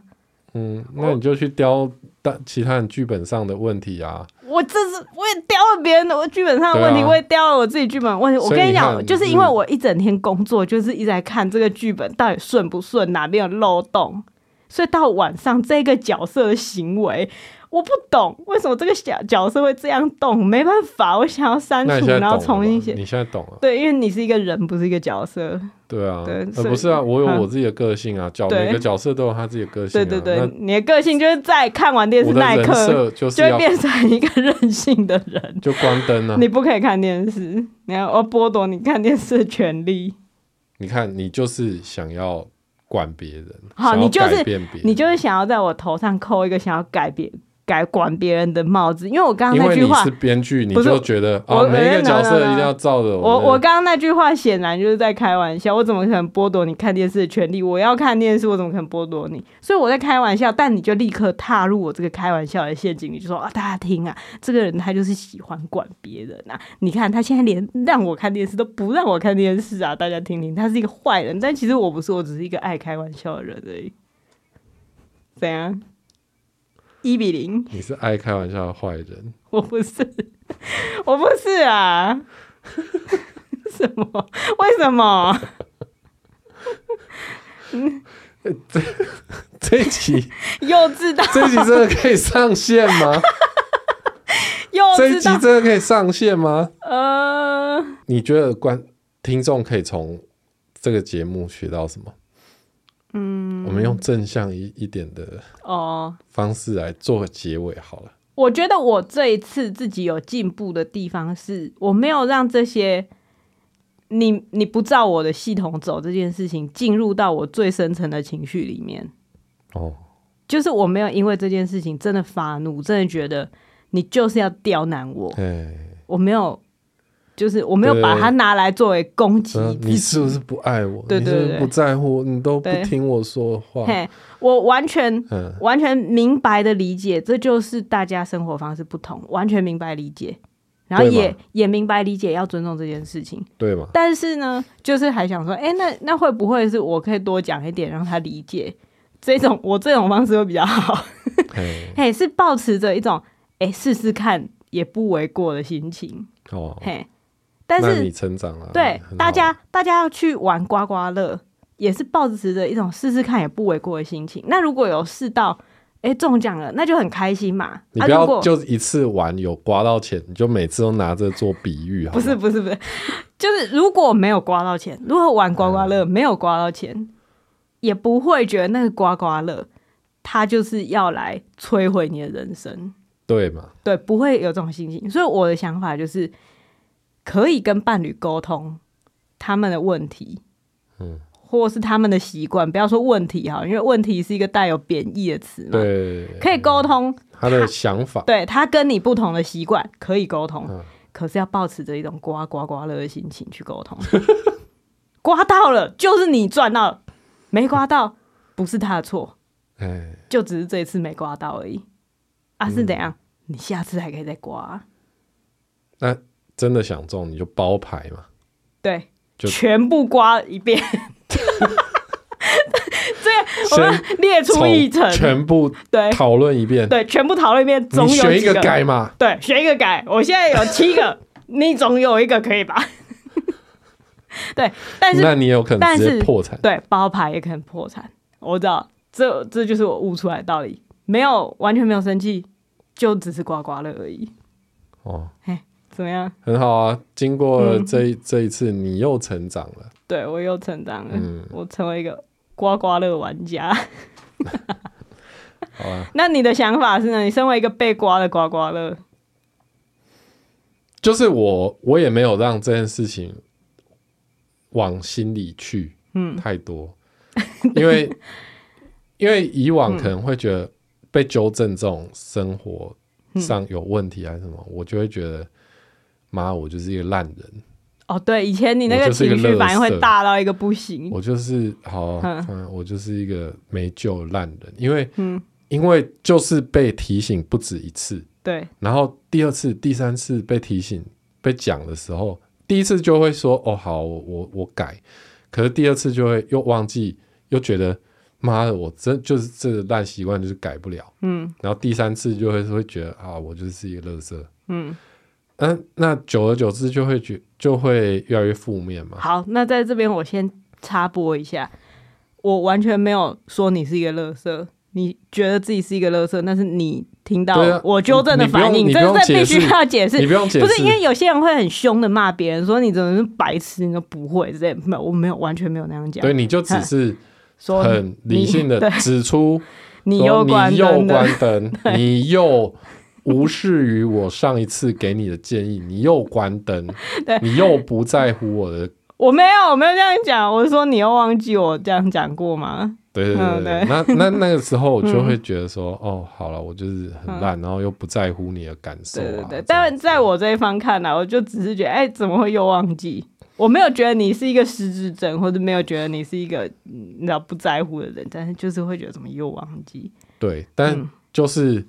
Speaker 1: 嗯，那你就去雕但其他人剧本上的问题啊。
Speaker 2: 我这是我也雕了别人的我剧本上的问题，
Speaker 1: 对啊
Speaker 2: 我也雕了我自己剧本的问题。我
Speaker 1: 所以
Speaker 2: 跟
Speaker 1: 你
Speaker 2: 讲，
Speaker 1: 看嗯
Speaker 2: 就是因为我一整天工作，就是一直在看这个剧本到底顺不顺，哪边有漏洞，所以到晚上这个角色的行为。我不懂为什么这个角角色会这样动，没办法，我想要删
Speaker 1: 那你
Speaker 2: 除，
Speaker 1: 现在懂了
Speaker 2: 然后
Speaker 1: 吧？
Speaker 2: 重新写。
Speaker 1: 你现在懂了，
Speaker 2: 对，因为你是一个人，不是一个角色。
Speaker 1: 对啊，
Speaker 2: 对
Speaker 1: 呃
Speaker 2: 所以
Speaker 1: 不是啊，我有
Speaker 2: 嗯
Speaker 1: 我自己的个性啊，角
Speaker 2: 对
Speaker 1: 每个角色都有他自己的个性、
Speaker 2: 对
Speaker 1: 啊。
Speaker 2: 对对，你的个性就是在看完电
Speaker 1: 那
Speaker 2: 视
Speaker 1: 我的
Speaker 2: 那一
Speaker 1: 人
Speaker 2: 刻，
Speaker 1: 设就是
Speaker 2: 就会
Speaker 1: 要
Speaker 2: 变成一个任性的人。
Speaker 1: 就关灯啊。
Speaker 2: 你不可以看电视，你要我剥夺你看电视的权利，
Speaker 1: 你看，你就是想要管别人，
Speaker 2: 好
Speaker 1: 想要
Speaker 2: 你就是
Speaker 1: 改变别人，
Speaker 2: 你就是想要在我头上扣一个想要改变、改管别人的帽子，因为我刚
Speaker 1: 因
Speaker 2: 刚那
Speaker 1: 为
Speaker 2: 句
Speaker 1: 你
Speaker 2: 话
Speaker 1: 是，编剧，你
Speaker 2: 不是
Speaker 1: 就觉得
Speaker 2: 我
Speaker 1: 啊，每一
Speaker 2: 哎
Speaker 1: 个角色
Speaker 2: no，no，no
Speaker 1: 一定要照着
Speaker 2: 我我
Speaker 1: 我的
Speaker 2: 刚刚那句话显然就是在开玩笑，我怎么可能剥夺你看电视的权利？我要看电视，我怎么可能剥夺你？所以我在开玩笑，但你就立刻踏入我这个开玩笑的陷阱，你就说啊，大家听啊，这个人他就是喜欢管别人啊，你看他现在连让我看电视都不让我看电视啊，大家听听，他是一个坏人，但其实我不是，我只是一个爱开玩笑的人而已。怎样？一比零？
Speaker 1: 你是爱开玩笑的坏人，
Speaker 2: 我不是，我不是啊！ 什么？为什么？
Speaker 1: 这一集
Speaker 2: 幼稚到
Speaker 1: 这一集真的可以上线 吗？
Speaker 2: 幼
Speaker 1: 这一
Speaker 2: 稚
Speaker 1: 集
Speaker 2: 到
Speaker 1: 真的可以上线吗？
Speaker 2: 呃，
Speaker 1: 你觉得观听众可以从这个节目学到什么？嗯，我们用正向一一点的
Speaker 2: 哦，
Speaker 1: 方式来做个结尾好了。
Speaker 2: 我觉得我这一次自己有进步的地方是，我没有让这些你你不照我的系统走这件事情进入到我最深层的情绪里面。
Speaker 1: 哦，
Speaker 2: 就是我没有因为这件事情真的发怒，真的觉得你就是要刁难我，
Speaker 1: 哎，
Speaker 2: 我没有，就是我没有
Speaker 1: 对
Speaker 2: 把它拿来作为攻击
Speaker 1: 嗯
Speaker 2: 自
Speaker 1: 你
Speaker 2: 己
Speaker 1: 是不是不爱我？
Speaker 2: 对对
Speaker 1: 你是不
Speaker 2: 对
Speaker 1: 是不在乎我，你都不
Speaker 2: 对
Speaker 1: 听我说话。
Speaker 2: 嘿，我完全
Speaker 1: 嗯，
Speaker 2: 完全明白的理解，这就是大家生活方式不同，完全明白理解，然后
Speaker 1: 对嘛
Speaker 2: 也也明白理解要尊重这件事情。
Speaker 1: 对嘛，
Speaker 2: 但是呢，就是还想说，哎、那那会不会是我可以多讲一点，让他理解这种我这种方式会比较好？
Speaker 1: 哎，
Speaker 2: 嘿，是保持着一种哎试试看也不为过的心情，
Speaker 1: 哦，
Speaker 2: 嘿。但
Speaker 1: 那
Speaker 2: 是
Speaker 1: 你成长了，
Speaker 2: 对
Speaker 1: 很好
Speaker 2: 大家，大家要去玩刮刮乐，也是抱持着一种试试看也不为过的心情。那如果有试到，哎、中奖了，那就很开心嘛。
Speaker 1: 你
Speaker 2: 啊，
Speaker 1: 不
Speaker 2: 如
Speaker 1: 要
Speaker 2: 果
Speaker 1: 就一次玩有刮到钱，你就每次都拿这做比喻，好
Speaker 2: 不
Speaker 1: 吗
Speaker 2: 是不是不是，就是如果没有刮到钱，如果玩刮
Speaker 1: 嗯
Speaker 2: 刮乐没有刮到钱，也不会觉得那个刮刮乐它就是要来摧毁你的人生。
Speaker 1: 对嘛？
Speaker 2: 对，不会有这种心情。所以我的想法就是，可以跟伴侣沟通他们的问题，
Speaker 1: 嗯，
Speaker 2: 或是他们的习惯，不要说问题哈，因为问题是一个带有贬义的词嘛。，
Speaker 1: 对，
Speaker 2: 可以沟通，
Speaker 1: 他的想法，
Speaker 2: 对他跟你不同的习惯可以沟通，
Speaker 1: 嗯
Speaker 2: 可是要保持着一种刮刮刮乐的心情去沟通。 刮到了就是你赚到了，没刮到不是他的错。
Speaker 1: 哎，
Speaker 2: 就只是这一次没刮到而已。啊，是怎样？
Speaker 1: 嗯
Speaker 2: 你下次还可以再刮啊、
Speaker 1: 那真的想中你就包牌嘛，
Speaker 2: 对，
Speaker 1: 就
Speaker 2: 全部刮一遍。 这我们列出
Speaker 1: 从
Speaker 2: 议程，
Speaker 1: 全部
Speaker 2: 对
Speaker 1: 讨论一遍，
Speaker 2: 对，全部讨论一遍，总
Speaker 1: 你
Speaker 2: 有
Speaker 1: 选一
Speaker 2: 几
Speaker 1: 个改嘛，
Speaker 2: 对，选一个改。我现在有七 个，你总有一个可以吧？ 对，但是
Speaker 1: 那你有可能
Speaker 2: 但
Speaker 1: 直
Speaker 2: 是
Speaker 1: 接破产。
Speaker 2: 对，包牌也可能破产。我知道，这这就是我悟出来的道理，没有完全没有生气，就只是刮刮乐而已。
Speaker 1: 哦，
Speaker 2: 怎么样？
Speaker 1: 很好啊，经
Speaker 2: 嗯
Speaker 1: 过这一、这一次，你又成长了。
Speaker 2: 对我又成长了，
Speaker 1: 嗯
Speaker 2: 我成为一个刮刮乐玩家。
Speaker 1: 好啊，
Speaker 2: 那你的想法是呢？你身为一个被刮的刮刮乐，
Speaker 1: 就是我我也没有让这件事情往心里去，嗯，太多， 因为因为以往可能会觉得被纠正这种生活上有问题还是什么，我就会觉得妈，我就是一个烂人，
Speaker 2: 哦，对，以前你那
Speaker 1: 我就是一
Speaker 2: 情
Speaker 1: 个
Speaker 2: 绪反应
Speaker 1: 垃
Speaker 2: 会
Speaker 1: 圾
Speaker 2: 大到一个不行，
Speaker 1: 我就是好，
Speaker 2: 嗯
Speaker 1: 嗯，我就是一个没救的烂人，因为因为就是被提醒不止一次，
Speaker 2: 对，
Speaker 1: 然后第二次、第三次被提醒、被讲的时候，第一次就会说：“哦，好，我我我改。”可是第二次就会又忘记，又觉得“妈的，我真就是这个烂习惯就是改不了。”
Speaker 2: 嗯，
Speaker 1: 然后第三次就会会觉得啊，我就是一个垃圾。
Speaker 2: 嗯，
Speaker 1: 嗯、那久而久之就会觉就会越来越负面嘛。
Speaker 2: 好，那在这边我先插播一下，我完全没有说你是一个乐色，你觉得自己是一个乐色，那是你听到
Speaker 1: 对啊
Speaker 2: 我纠正的
Speaker 1: 你不用
Speaker 2: 反应，
Speaker 1: 你不
Speaker 2: 这
Speaker 1: 用
Speaker 2: 这必
Speaker 1: 解
Speaker 2: 须
Speaker 1: 释
Speaker 2: 要解释
Speaker 1: 你，不用解释，
Speaker 2: 不是因为有些人会很凶的骂别人，说你怎么是白痴，你都不会之类的，没有，我没有完全没有那样讲，
Speaker 1: 对，你就只是
Speaker 2: 说
Speaker 1: 很理性的
Speaker 2: 你
Speaker 1: 指出。
Speaker 2: 你
Speaker 1: 说
Speaker 2: 又关
Speaker 1: 你又
Speaker 2: 灯的，
Speaker 1: 关 灯，你又无视于我上一次给你的建议，你又关灯
Speaker 2: 对，
Speaker 1: 你又不在乎我的。
Speaker 2: 我没有，我没有这样讲，我是说你又忘记我这样讲过吗？
Speaker 1: 对对对对，
Speaker 2: 嗯对嗯
Speaker 1: 那那那个时候我就会觉得说，哦，好了，我就是很烂，然后又不在乎你的感受
Speaker 2: 对对
Speaker 1: 啊。
Speaker 2: 嗯对，
Speaker 1: 这样
Speaker 2: 但在我这一方看来、我就只是觉得，哎、怎么会又忘记？我没有觉得你是一个失智症，或者没有觉得你是一个嗯你知道不在乎的人，但是就是会觉得怎么又忘记？
Speaker 1: 对，
Speaker 2: 嗯
Speaker 1: 但就是，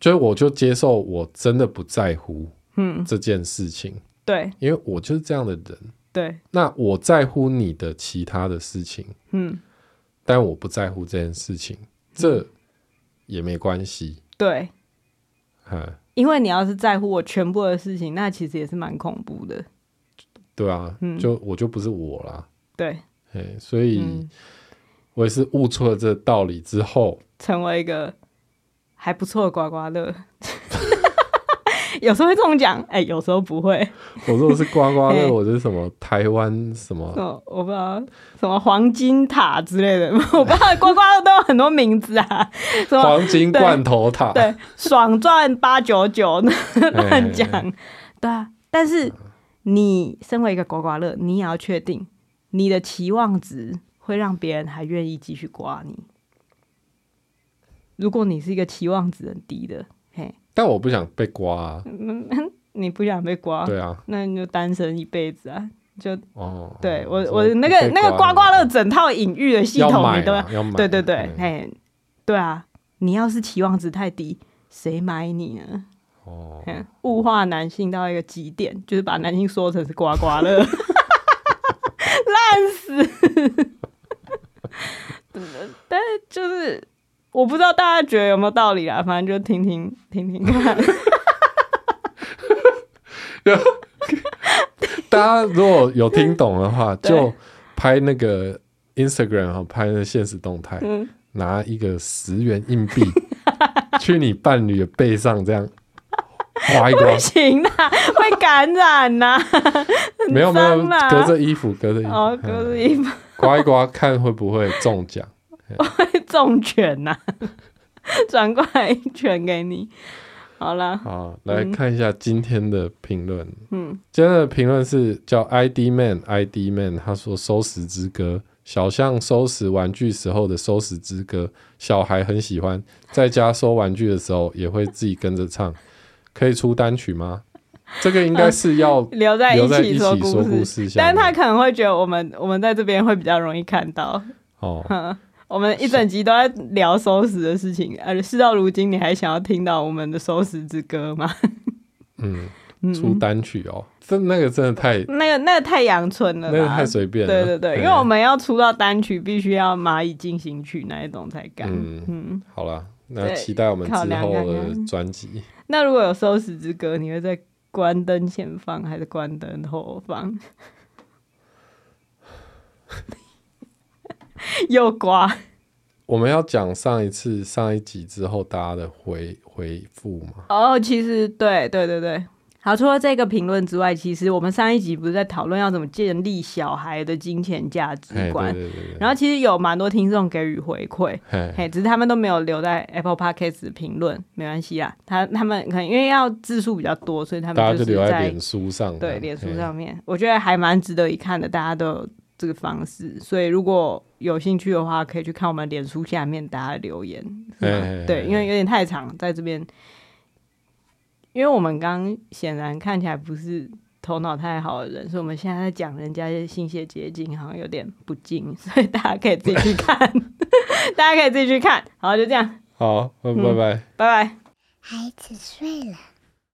Speaker 1: 就是我就接受我真的不在乎
Speaker 2: 嗯，
Speaker 1: 这件事情，
Speaker 2: 对
Speaker 1: 因为我就是这样的人。
Speaker 2: 对，
Speaker 1: 那我在乎你的其他的事情，
Speaker 2: 嗯
Speaker 1: 但我不在乎这件事情，这也没关系。
Speaker 2: 对，
Speaker 1: 哈，
Speaker 2: 因为你要是在乎我全部的事情，那其实也是蛮恐怖的。
Speaker 1: 对啊，
Speaker 2: 嗯
Speaker 1: 就我就不是我啦，
Speaker 2: 对，
Speaker 1: 嘿，所以
Speaker 2: 嗯，
Speaker 1: 我也是悟出了这道理之后，
Speaker 2: 成为一个还不错的刮刮乐， 有时候会中奖，哎、有时候不会。
Speaker 1: 我如果是刮刮
Speaker 2: 嘿
Speaker 1: 乐，我是什么台湾什么
Speaker 2: 什么哦我不知道什么黄金塔之类的， 我不知道刮刮乐都有很多名字啊，什么
Speaker 1: 黄金罐头塔，
Speaker 2: 对爽赚八九九 乱讲，对啊。但是你身为一个刮刮乐，你也要确定你的期望值会让别人还愿意继续刮你。如果你是一个期望值很低的，嘿，
Speaker 1: 但我不想被刮啊，
Speaker 2: 你不想被刮，
Speaker 1: 对啊，
Speaker 2: 那你就单身一辈子啊，就
Speaker 1: 哦，
Speaker 2: 对我
Speaker 1: 你说
Speaker 2: 我
Speaker 1: 被
Speaker 2: 那个那个刮刮乐
Speaker 1: 了
Speaker 2: 整套隐喻的系
Speaker 1: 要
Speaker 2: 统，
Speaker 1: 啊买
Speaker 2: 你都
Speaker 1: 啊要买，
Speaker 2: 对对对，
Speaker 1: 嘿，
Speaker 2: 哎，对啊，你要是期望值太低，谁买你呢？
Speaker 1: 哦，
Speaker 2: 嗯，物化男性到一个极点，就是把男性说成是刮刮乐，烂死。 但是就是我不知道大家觉得有没有道理啦，啊反正就听听听听 看。
Speaker 1: 大家如果有听懂的话，
Speaker 2: 对
Speaker 1: 就拍那个 Instagram 哈，拍那现实动态，
Speaker 2: 嗯
Speaker 1: 拿一个十元硬币去你伴侣的背上这样划一刮
Speaker 2: 不，行啦，会感染呐、
Speaker 1: 没有没有
Speaker 2: 脏啦，
Speaker 1: 隔着衣服隔着衣服、
Speaker 2: 哦，
Speaker 1: 嗯
Speaker 2: 可是一
Speaker 1: 刮一刮看会不会中奖。
Speaker 2: 重拳呐、转过来一拳给你。好啦，
Speaker 1: 好，来看一下今天的评论。
Speaker 2: 嗯，
Speaker 1: 今天的评论是叫 ID Man ID Man，他说收拾之歌，小象收拾玩具时候的收拾之歌，小孩很喜欢，在家收玩具的时候也会自己跟着唱。可以出单曲吗？这个应该是要
Speaker 2: 留 在
Speaker 1: 留
Speaker 2: 一
Speaker 1: 在一
Speaker 2: 起
Speaker 1: 起
Speaker 2: 说
Speaker 1: 说
Speaker 2: 故事，
Speaker 1: 故事下
Speaker 2: 但
Speaker 1: 面，
Speaker 2: 是他可能会觉得我们我们在这边会比较容易看到，
Speaker 1: 哦，
Speaker 2: 哼，我们一整集都在聊收拾的事情，而事到如今你还想要听到我们的收拾之歌吗？
Speaker 1: 嗯，出单曲哦，这那个真的太
Speaker 2: 那个那个太阳春了
Speaker 1: 那
Speaker 2: 啦，
Speaker 1: 个太随便了，
Speaker 2: 嗯对对对，因为我们要出到单曲，必须要蚂蚁进行曲那一种才敢。
Speaker 1: 嗯好了，那
Speaker 2: 对
Speaker 1: 期待我们
Speaker 2: 考
Speaker 1: 之
Speaker 2: 量
Speaker 1: 后
Speaker 2: 看
Speaker 1: 的
Speaker 2: 看
Speaker 1: 专辑。
Speaker 2: 那如果有收拾之歌，你会在关灯前放还是关灯后放？ 又刮，
Speaker 1: 我们要讲上一次上一集之后大家的回回复嘛？
Speaker 2: 哦，其实对对对对，好，除了这个评论之外，其实我们上一集不是在讨论要怎么建立小孩的金钱价值
Speaker 1: 哎，
Speaker 2: 观
Speaker 1: 对，对对对，
Speaker 2: 然后其实有蛮多听众给予回馈，
Speaker 1: 哎，
Speaker 2: 嘿，只是他们都没有留在 Apple Podcast 评论，没关系啦。他他们可能因为要字数比较多，所以他
Speaker 1: 大
Speaker 2: 们
Speaker 1: 家就是留在
Speaker 2: 在
Speaker 1: 脸书上，啊
Speaker 2: 对
Speaker 1: 嘿
Speaker 2: 脸书，上面，我觉得还蛮值得一看的。大家都有这个方式，所以如果有兴趣的话，可以去看我们脸书下面大家的留言。是吗
Speaker 1: 嘿嘿嘿
Speaker 2: 对，因为有点太长，在这边，因为我们刚显然看起来不是头脑太好的人，所以我们现在在讲人家的心血结晶，好像有点不敬，所以大家可以自己去看， 大家可以自己去看。好，就这样，
Speaker 1: 好，拜拜。
Speaker 2: 拜拜。
Speaker 3: 孩子睡了，